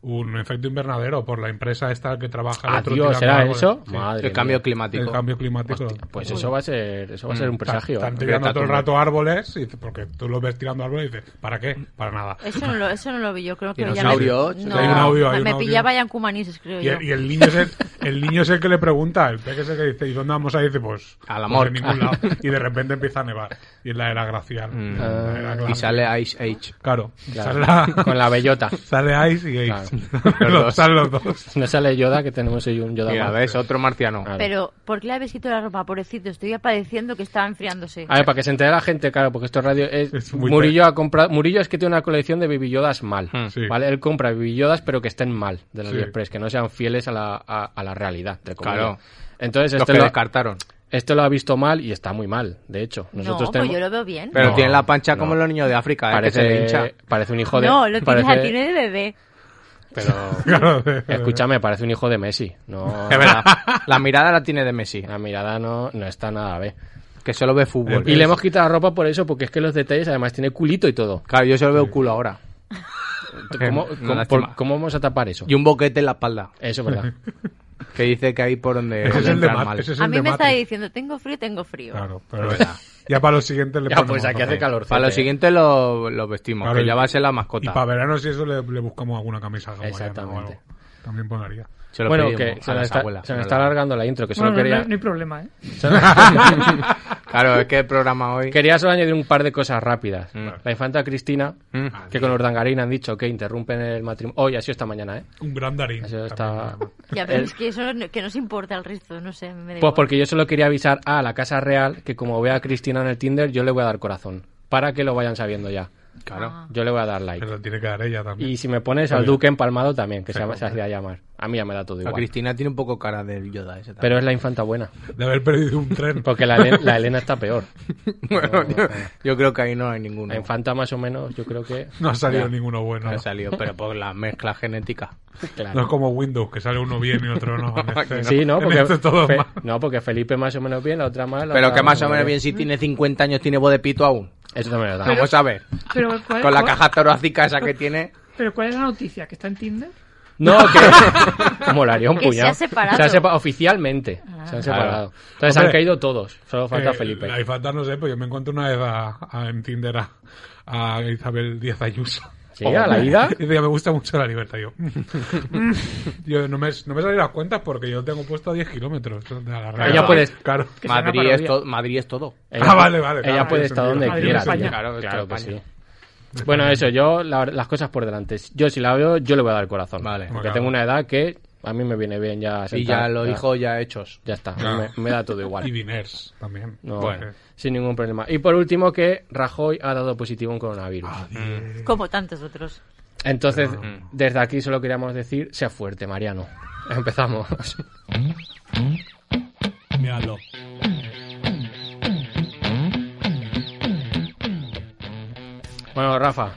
[SPEAKER 5] un efecto invernadero por la empresa esta que trabaja. el otro
[SPEAKER 3] Adiós,
[SPEAKER 5] tirando
[SPEAKER 3] Ah, ¿será
[SPEAKER 5] árboles.
[SPEAKER 3] eso?
[SPEAKER 5] Sí.
[SPEAKER 3] Madre
[SPEAKER 7] El cambio
[SPEAKER 3] mía.
[SPEAKER 7] climático.
[SPEAKER 5] El cambio Mm, climático.
[SPEAKER 3] Pues eso va a ser, eso va a ser un presagio.
[SPEAKER 5] Están
[SPEAKER 3] ¿eh?
[SPEAKER 5] tirando
[SPEAKER 7] Greta
[SPEAKER 5] todo el
[SPEAKER 7] Thunberg.
[SPEAKER 5] rato árboles, y dices- porque tú los ves tirando árboles y dices, ¿para qué? Para nada. Pues
[SPEAKER 6] Eso no, lo, eso no lo vi yo, creo que Eh, ya me,
[SPEAKER 7] Dinosaurio,
[SPEAKER 6] no,
[SPEAKER 5] hay un audio, hay un
[SPEAKER 6] me
[SPEAKER 5] audio.
[SPEAKER 6] pillaba ya en Cumanises, creo
[SPEAKER 5] Y
[SPEAKER 6] yo.
[SPEAKER 5] el, y el niño es el, el niño es el que le pregunta, el peque es el que dice, ¿y dónde vamos a ir? Dice, pues,
[SPEAKER 7] A la
[SPEAKER 5] pues
[SPEAKER 7] morgue.
[SPEAKER 5] en ningún lado. Y de repente empieza a nevar. Y es la era glacial. La era glacial.
[SPEAKER 7] Y sale Ice Age.
[SPEAKER 5] Claro.
[SPEAKER 3] Mm. Claro,
[SPEAKER 5] Sale, la-
[SPEAKER 3] Con la bellota.
[SPEAKER 5] sale Ice y Ice.
[SPEAKER 7] Los
[SPEAKER 5] Los-
[SPEAKER 7] dos.
[SPEAKER 5] salen los dos.
[SPEAKER 3] No sale Yoda, que tenemos ahí un Yoda.
[SPEAKER 7] Mira,
[SPEAKER 3] más.
[SPEAKER 7] ves, otro marciano.
[SPEAKER 3] Claro.
[SPEAKER 6] Pero, ¿por qué le habéis quitado la ropa, pobrecito? Estoy padeciendo que estaba enfriándose.
[SPEAKER 3] A ver, para que se entere la gente, claro, porque esto es radio. es-
[SPEAKER 5] Es muy Mm,
[SPEAKER 3] Murillo ha comprado. Murillo es que tiene una colección de bibillodas mal.
[SPEAKER 5] Sí.
[SPEAKER 3] ¿Vale? Él compra bibillodas, pero que estén mal de los
[SPEAKER 5] Sí.
[SPEAKER 3] Express, que no sean fieles a la, a, a la realidad. entre comillas.
[SPEAKER 7] Claro.
[SPEAKER 3] Entonces,
[SPEAKER 7] Los
[SPEAKER 3] este
[SPEAKER 7] que
[SPEAKER 3] lo,
[SPEAKER 7] descartaron.
[SPEAKER 3] este lo ha visto mal y está muy mal, de hecho.
[SPEAKER 6] no,
[SPEAKER 3] Nosotros
[SPEAKER 6] pues
[SPEAKER 3] tenemos-
[SPEAKER 6] yo lo veo bien.
[SPEAKER 7] Pero
[SPEAKER 3] No,
[SPEAKER 7] tiene la pancha como
[SPEAKER 3] no.
[SPEAKER 7] los niños de África, ¿eh? que se le
[SPEAKER 3] parece,
[SPEAKER 7] hincha.
[SPEAKER 3] parece un hijo de.
[SPEAKER 6] no, lo tiene,
[SPEAKER 3] parece-
[SPEAKER 6] la tiene de bebé.
[SPEAKER 3] Pero.
[SPEAKER 5] Claro, de-
[SPEAKER 3] Escúchame, parece un hijo de Messi. No.
[SPEAKER 7] Es verdad. La mirada la tiene de Messi,
[SPEAKER 3] La mirada no, no está nada, ve.
[SPEAKER 7] que solo ve fútbol.
[SPEAKER 3] Y le hemos quitado la ropa por eso, porque es que los detalles, además, tiene culito y todo.
[SPEAKER 7] Claro, yo solo veo culo ahora.
[SPEAKER 3] ¿Cómo,
[SPEAKER 7] Una
[SPEAKER 3] cómo-
[SPEAKER 7] lástima.
[SPEAKER 3] por- cómo vamos a tapar eso?
[SPEAKER 7] Y un boquete en la espalda,
[SPEAKER 3] Eso es verdad.
[SPEAKER 7] que dice que ahí por donde
[SPEAKER 5] Ese es el de
[SPEAKER 7] entran
[SPEAKER 5] Matt.
[SPEAKER 7] mal.
[SPEAKER 5] Ese es
[SPEAKER 6] A
[SPEAKER 5] el
[SPEAKER 6] mí
[SPEAKER 5] de
[SPEAKER 6] me está
[SPEAKER 5] Matrix.
[SPEAKER 6] diciendo, tengo frío, tengo frío.
[SPEAKER 5] Claro, pero ya para los siguientes le
[SPEAKER 3] Ya,
[SPEAKER 5] ponemos
[SPEAKER 3] pues aquí
[SPEAKER 5] otro.
[SPEAKER 3] hace calor.
[SPEAKER 7] Para lo siguiente lo, lo vestimos,
[SPEAKER 5] ¿eh? Claro,
[SPEAKER 7] que
[SPEAKER 5] y-
[SPEAKER 7] ya va a ser la
[SPEAKER 5] Y
[SPEAKER 7] mascota.
[SPEAKER 5] para verano, si eso, le, le buscamos alguna camisa hawaiana
[SPEAKER 3] Exactamente.
[SPEAKER 5] o algo. También pondría.
[SPEAKER 7] Se lo
[SPEAKER 3] bueno,
[SPEAKER 7] pedimos
[SPEAKER 3] que
[SPEAKER 7] a
[SPEAKER 3] se nos
[SPEAKER 7] las
[SPEAKER 3] está,
[SPEAKER 7] abuelas,
[SPEAKER 3] se nos
[SPEAKER 7] no
[SPEAKER 3] está
[SPEAKER 7] la-
[SPEAKER 3] alargando la intro, que solo
[SPEAKER 4] Bueno, no,
[SPEAKER 3] quería,
[SPEAKER 4] no hay problema, ¿eh?
[SPEAKER 3] solo-
[SPEAKER 7] Claro, es que el programa hoy...
[SPEAKER 3] quería solo añadir un par de cosas rápidas.
[SPEAKER 7] Mm.
[SPEAKER 3] La infanta Cristina,
[SPEAKER 7] Mm.
[SPEAKER 3] que con los dangarines han dicho que interrumpen el matrimonio. Hoy, ha sido esta mañana, ¿eh?
[SPEAKER 5] Un gran darín.
[SPEAKER 3] Ha sido
[SPEAKER 5] también.
[SPEAKER 3] esta...
[SPEAKER 6] Ya, pero
[SPEAKER 3] El-
[SPEAKER 6] es que eso no, que no se importa el resto, no sé. Me da
[SPEAKER 3] Pues
[SPEAKER 6] igual.
[SPEAKER 3] porque yo solo quería avisar a la Casa Real que como vea a Cristina en el Tinder, yo le voy a dar corazón. Para que lo vayan sabiendo ya.
[SPEAKER 6] Ah.
[SPEAKER 4] Ah.
[SPEAKER 7] Claro.
[SPEAKER 3] Yo le voy a dar like.
[SPEAKER 5] Pero tiene que dar ella también.
[SPEAKER 3] Y si me pones al Duque empalmado también, que se, llama- se hacía llamar. A mí ya me da todo
[SPEAKER 7] La
[SPEAKER 3] igual.
[SPEAKER 7] Cristina tiene un poco cara de Yoda ese también.
[SPEAKER 3] Pero es la infanta buena.
[SPEAKER 5] De haber perdido un tren.
[SPEAKER 3] Porque la, Helen- la Elena está peor.
[SPEAKER 7] Bueno, yo, yo creo que ahí no hay ninguno.
[SPEAKER 3] La infanta más o menos, yo creo que...
[SPEAKER 5] No ha salido
[SPEAKER 3] Ya.
[SPEAKER 5] ninguno
[SPEAKER 7] No
[SPEAKER 5] bueno.
[SPEAKER 7] ha salido, pero por la mezcla genética.
[SPEAKER 3] Claro.
[SPEAKER 5] No es como Windows, que sale uno bien y otro no. En este,
[SPEAKER 3] Sí, ¿no?
[SPEAKER 5] en
[SPEAKER 3] Porque,
[SPEAKER 5] este todo
[SPEAKER 3] Fe-
[SPEAKER 5] mal.
[SPEAKER 3] no, porque Felipe más o menos bien, la otra mal. la
[SPEAKER 7] Pero
[SPEAKER 3] otra
[SPEAKER 7] que más o menos
[SPEAKER 3] bien.
[SPEAKER 7] bien si tiene 50 años tiene voz de pito aún.
[SPEAKER 3] Eso también lo da.
[SPEAKER 7] Vamos a ver.
[SPEAKER 4] Pero, ¿cuál-
[SPEAKER 7] Con la
[SPEAKER 4] cuál-
[SPEAKER 7] caja torácica esa que tiene.
[SPEAKER 4] Pero ¿cuál es la noticia? ¿Que está en Tinder?
[SPEAKER 3] No, que... Molaría un
[SPEAKER 6] Que se
[SPEAKER 3] puñado.
[SPEAKER 6] ha separado.
[SPEAKER 3] Se han sepa- Oficialmente. Se han separado. Entonces han
[SPEAKER 5] Ah. Hombre,
[SPEAKER 3] caído todos. Solo falta
[SPEAKER 5] Eh,
[SPEAKER 3] Felipe.
[SPEAKER 5] La falta no sé, pues yo me encuentro una vez a, a- en Tinder a, a Isabel Díaz Ayuso.
[SPEAKER 3] Sí, a la ida.
[SPEAKER 5] Y decía, me gusta mucho la libertad. Yo, "Mm". yo no, me, no me salen las cuentas porque yo tengo puesto a 10 kilómetros. de la realidad.
[SPEAKER 3] Ella puede-
[SPEAKER 5] Claro.
[SPEAKER 4] Que sea una
[SPEAKER 7] Madrid es,
[SPEAKER 4] parodia.
[SPEAKER 7] to- Madrid es todo.
[SPEAKER 3] Ella,
[SPEAKER 5] Ah, vale, vale,
[SPEAKER 3] Ella
[SPEAKER 5] claro,
[SPEAKER 3] puede
[SPEAKER 5] tiene
[SPEAKER 3] estar
[SPEAKER 5] sentido.
[SPEAKER 3] donde
[SPEAKER 4] Madre
[SPEAKER 3] quiera.
[SPEAKER 4] de España.
[SPEAKER 3] tío.
[SPEAKER 7] Claro,
[SPEAKER 3] Claro,
[SPEAKER 7] esto
[SPEAKER 3] que
[SPEAKER 7] es
[SPEAKER 3] sí. Bueno, eso, yo la- las cosas por delante. Yo si la veo, yo le voy a dar el corazón.
[SPEAKER 7] Vale.
[SPEAKER 3] Porque
[SPEAKER 5] Claro.
[SPEAKER 3] tengo una edad que a mí me viene bien ya.
[SPEAKER 7] Y
[SPEAKER 3] sentar,
[SPEAKER 7] ya los hijos ya hechos.
[SPEAKER 3] Ya está,
[SPEAKER 5] Ya.
[SPEAKER 3] me, me da todo igual.
[SPEAKER 5] Y diners también.
[SPEAKER 3] No,
[SPEAKER 5] Porque-
[SPEAKER 3] Sin ningún problema. Y por último, que Rajoy ha dado positivo en coronavirus.
[SPEAKER 5] Ah, Mm.
[SPEAKER 6] Como tantos otros.
[SPEAKER 3] Entonces, desde aquí solo queríamos decir, sea fuerte, Mariano. Empezamos.
[SPEAKER 5] Míralo.
[SPEAKER 3] bueno, Rafa.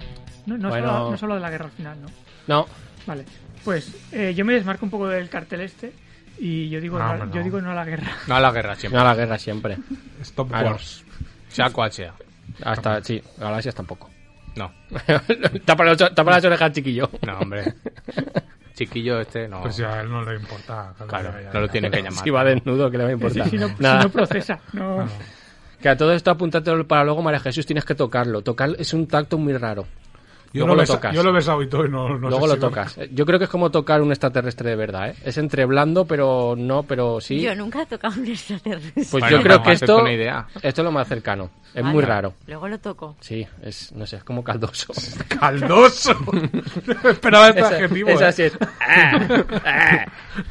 [SPEAKER 4] No, no,
[SPEAKER 3] Bueno.
[SPEAKER 4] solo, no solo de la guerra al final, ¿no?
[SPEAKER 3] No,
[SPEAKER 4] Vale. Pues eh, yo me desmarco un poco del cartel este y yo digo,
[SPEAKER 5] No,
[SPEAKER 4] no-
[SPEAKER 5] hombre, no.
[SPEAKER 4] yo digo no a la guerra.
[SPEAKER 7] No a la guerra siempre.
[SPEAKER 3] no a la guerra siempre.
[SPEAKER 5] Stop
[SPEAKER 3] Claro.
[SPEAKER 5] Wars.
[SPEAKER 7] Sea cual sea.
[SPEAKER 3] Hasta, sí, galaxias tampoco.
[SPEAKER 7] No.
[SPEAKER 3] tapa, los, tapa las orejas, chiquillo.
[SPEAKER 7] No, hombre. Chiquillo este, no.
[SPEAKER 5] Pues ya a él no le importa.
[SPEAKER 7] Claro,
[SPEAKER 5] ya, ya,
[SPEAKER 7] no lo
[SPEAKER 5] ya.
[SPEAKER 7] tiene que llamar.
[SPEAKER 3] Si va desnudo, que le va a importar.
[SPEAKER 4] Si no, si
[SPEAKER 3] Pues Nada.
[SPEAKER 4] no procesa. No.
[SPEAKER 3] Que a todo esto apúntatelo para luego, María Jesús, tienes que tocarlo. Tocar es un tacto muy raro. Luego
[SPEAKER 5] Yo, lo,
[SPEAKER 3] lo
[SPEAKER 5] besa-
[SPEAKER 3] tocas.
[SPEAKER 5] yo lo he besado y todo y no, no
[SPEAKER 3] Luego
[SPEAKER 5] sé
[SPEAKER 3] lo
[SPEAKER 5] si-
[SPEAKER 3] tocas. Eh, Yo creo que es como tocar un extraterrestre de verdad, ¿eh? Es entre blando, pero no, pero sí.
[SPEAKER 6] Yo nunca he tocado un extraterrestre.
[SPEAKER 3] Pues
[SPEAKER 7] Bueno,
[SPEAKER 3] yo creo
[SPEAKER 7] para
[SPEAKER 3] que
[SPEAKER 7] hacerte
[SPEAKER 3] esto,
[SPEAKER 7] una idea.
[SPEAKER 3] esto es lo más cercano. Es
[SPEAKER 6] Vale.
[SPEAKER 3] muy raro.
[SPEAKER 6] Luego lo toco.
[SPEAKER 3] Sí, es, no sé, es como caldoso.
[SPEAKER 5] ¡Caldoso! No me esperaba este
[SPEAKER 3] Esa-
[SPEAKER 5] adjetivo.
[SPEAKER 3] esa
[SPEAKER 5] eh.
[SPEAKER 3] sí es. ¡Ah!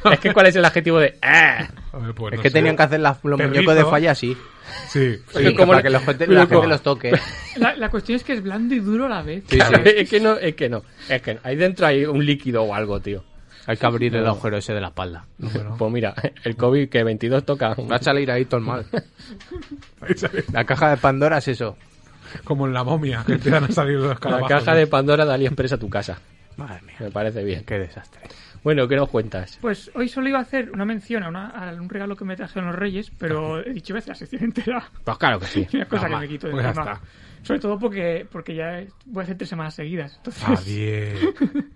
[SPEAKER 3] ¡Ah! Es que ¿cuál es el adjetivo de.? ¡Ah!
[SPEAKER 5] A ver, pues
[SPEAKER 7] Es
[SPEAKER 5] no
[SPEAKER 7] que
[SPEAKER 5] sé.
[SPEAKER 7] tenían que hacer las- los
[SPEAKER 5] Perrizo.
[SPEAKER 7] muñecos de falla así.
[SPEAKER 5] Sí, sí.
[SPEAKER 3] Oye, ¿cómo
[SPEAKER 7] para
[SPEAKER 3] le-
[SPEAKER 7] que los gente-
[SPEAKER 3] pero
[SPEAKER 7] la gente
[SPEAKER 3] cómo-
[SPEAKER 7] los toque.
[SPEAKER 4] La, la cuestión es que es blando y duro a la vez.
[SPEAKER 7] Sí, sí.
[SPEAKER 3] es que no, es que no. Es que no. ahí dentro hay un líquido o algo, tío.
[SPEAKER 7] Hay que abrir el agujero ese de la espalda.
[SPEAKER 3] Pues mira, el COVID que 22 toca.
[SPEAKER 7] Va a salir ahí todo el mal.
[SPEAKER 5] Ahí sale.
[SPEAKER 7] La caja de Pandora es eso.
[SPEAKER 5] Como en la momia, que empiezan a salir los
[SPEAKER 3] La
[SPEAKER 5] calabazos.
[SPEAKER 3] caja de Pandora de AliExpress a tu casa.
[SPEAKER 7] Madre mía,
[SPEAKER 3] Me parece bien.
[SPEAKER 7] qué desastre.
[SPEAKER 3] Bueno, ¿qué nos cuentas?
[SPEAKER 4] Pues hoy solo iba a hacer una mención a, una- a un regalo que me trajeron los Reyes, pero he dicho, voy a hacer la sección entera.
[SPEAKER 3] Pues claro que sí.
[SPEAKER 4] Una cosa
[SPEAKER 5] Toma,
[SPEAKER 4] que me quito de
[SPEAKER 5] pues ya
[SPEAKER 4] encima. Sobre todo porque, porque ya voy a hacer tres semanas seguidas. Entonces,
[SPEAKER 5] Ah, bien.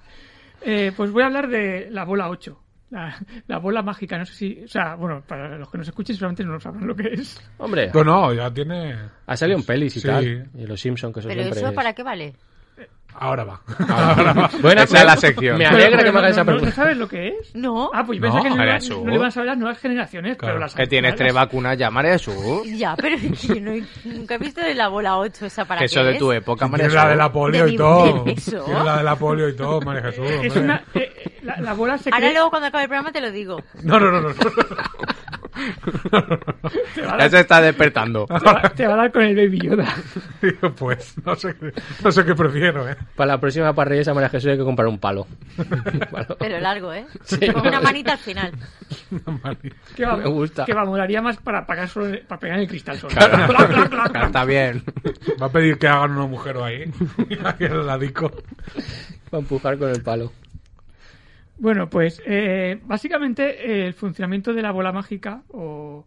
[SPEAKER 4] eh, pues voy a hablar de la bola 8. La, la bola mágica, no sé si. O sea, bueno, para los que nos escuchen, seguramente no sabrán lo que es.
[SPEAKER 3] Hombre,
[SPEAKER 5] No, no, ya tiene...
[SPEAKER 3] ha salido en pelis y
[SPEAKER 5] Sí.
[SPEAKER 3] tal. Y los Simpsons, que eso
[SPEAKER 6] Pero
[SPEAKER 3] siempre
[SPEAKER 6] eso
[SPEAKER 3] es-
[SPEAKER 6] para qué vale.
[SPEAKER 5] Ahora va.
[SPEAKER 3] Bueno,
[SPEAKER 7] Esa es la
[SPEAKER 3] me-
[SPEAKER 7] sección.
[SPEAKER 3] Me alegra que me hagas
[SPEAKER 4] no,
[SPEAKER 3] esa
[SPEAKER 4] no- ¿No
[SPEAKER 3] pregunta.
[SPEAKER 4] sabes lo que es?
[SPEAKER 6] No.
[SPEAKER 4] Ah, pues yo
[SPEAKER 5] No,
[SPEAKER 4] pensaba que no,
[SPEAKER 7] María
[SPEAKER 4] iba-
[SPEAKER 7] Su.
[SPEAKER 4] no lo iban a saber las nuevas generaciones,
[SPEAKER 5] Claro.
[SPEAKER 4] pero las
[SPEAKER 7] Que tienes
[SPEAKER 4] actuales-
[SPEAKER 7] tres vacunas ya, María Jesús.
[SPEAKER 6] Ya, pero yo no he- nunca he visto de la bola 8 esa para qué
[SPEAKER 7] Eso de
[SPEAKER 6] es?
[SPEAKER 7] tu em- época, María
[SPEAKER 5] Tiene la de la
[SPEAKER 7] Jesús.
[SPEAKER 5] polio
[SPEAKER 6] De
[SPEAKER 5] y
[SPEAKER 6] mi-
[SPEAKER 5] todo.
[SPEAKER 6] de eso.
[SPEAKER 5] Tiene la de la polio y todo, María Jesús.
[SPEAKER 4] Es
[SPEAKER 5] hombre.
[SPEAKER 4] una. eh, eh, la, la bola se
[SPEAKER 6] Ahora
[SPEAKER 4] cree-
[SPEAKER 6] luego cuando acabe el programa te lo digo.
[SPEAKER 5] No, no, no, no.
[SPEAKER 4] te, va a
[SPEAKER 7] Ya
[SPEAKER 4] dar,
[SPEAKER 7] se está despertando.
[SPEAKER 4] te va- te va a dar con el baby Yoda.
[SPEAKER 5] Digo, pues, no sé, qué- no sé qué prefiero, ¿eh?
[SPEAKER 3] Para la próxima parrilla esa María Jesús hay que comprar un palo. Palo.
[SPEAKER 6] Pero largo, ¿eh?
[SPEAKER 3] Sí,
[SPEAKER 6] Con
[SPEAKER 3] no,
[SPEAKER 6] una
[SPEAKER 3] sí.
[SPEAKER 6] manita al final.
[SPEAKER 4] Que va,
[SPEAKER 3] Me gusta.
[SPEAKER 4] Que va, molaría más para, pagar solo, para pegar en el cristal solo. Clac, clac,
[SPEAKER 7] Claro,
[SPEAKER 4] clac, clac.
[SPEAKER 7] está bien.
[SPEAKER 5] Va a pedir que hagan un agujero ahí. Aquí en el ladico.
[SPEAKER 3] Para empujar con el palo.
[SPEAKER 4] Bueno, pues eh, básicamente eh, el funcionamiento de la bola mágica o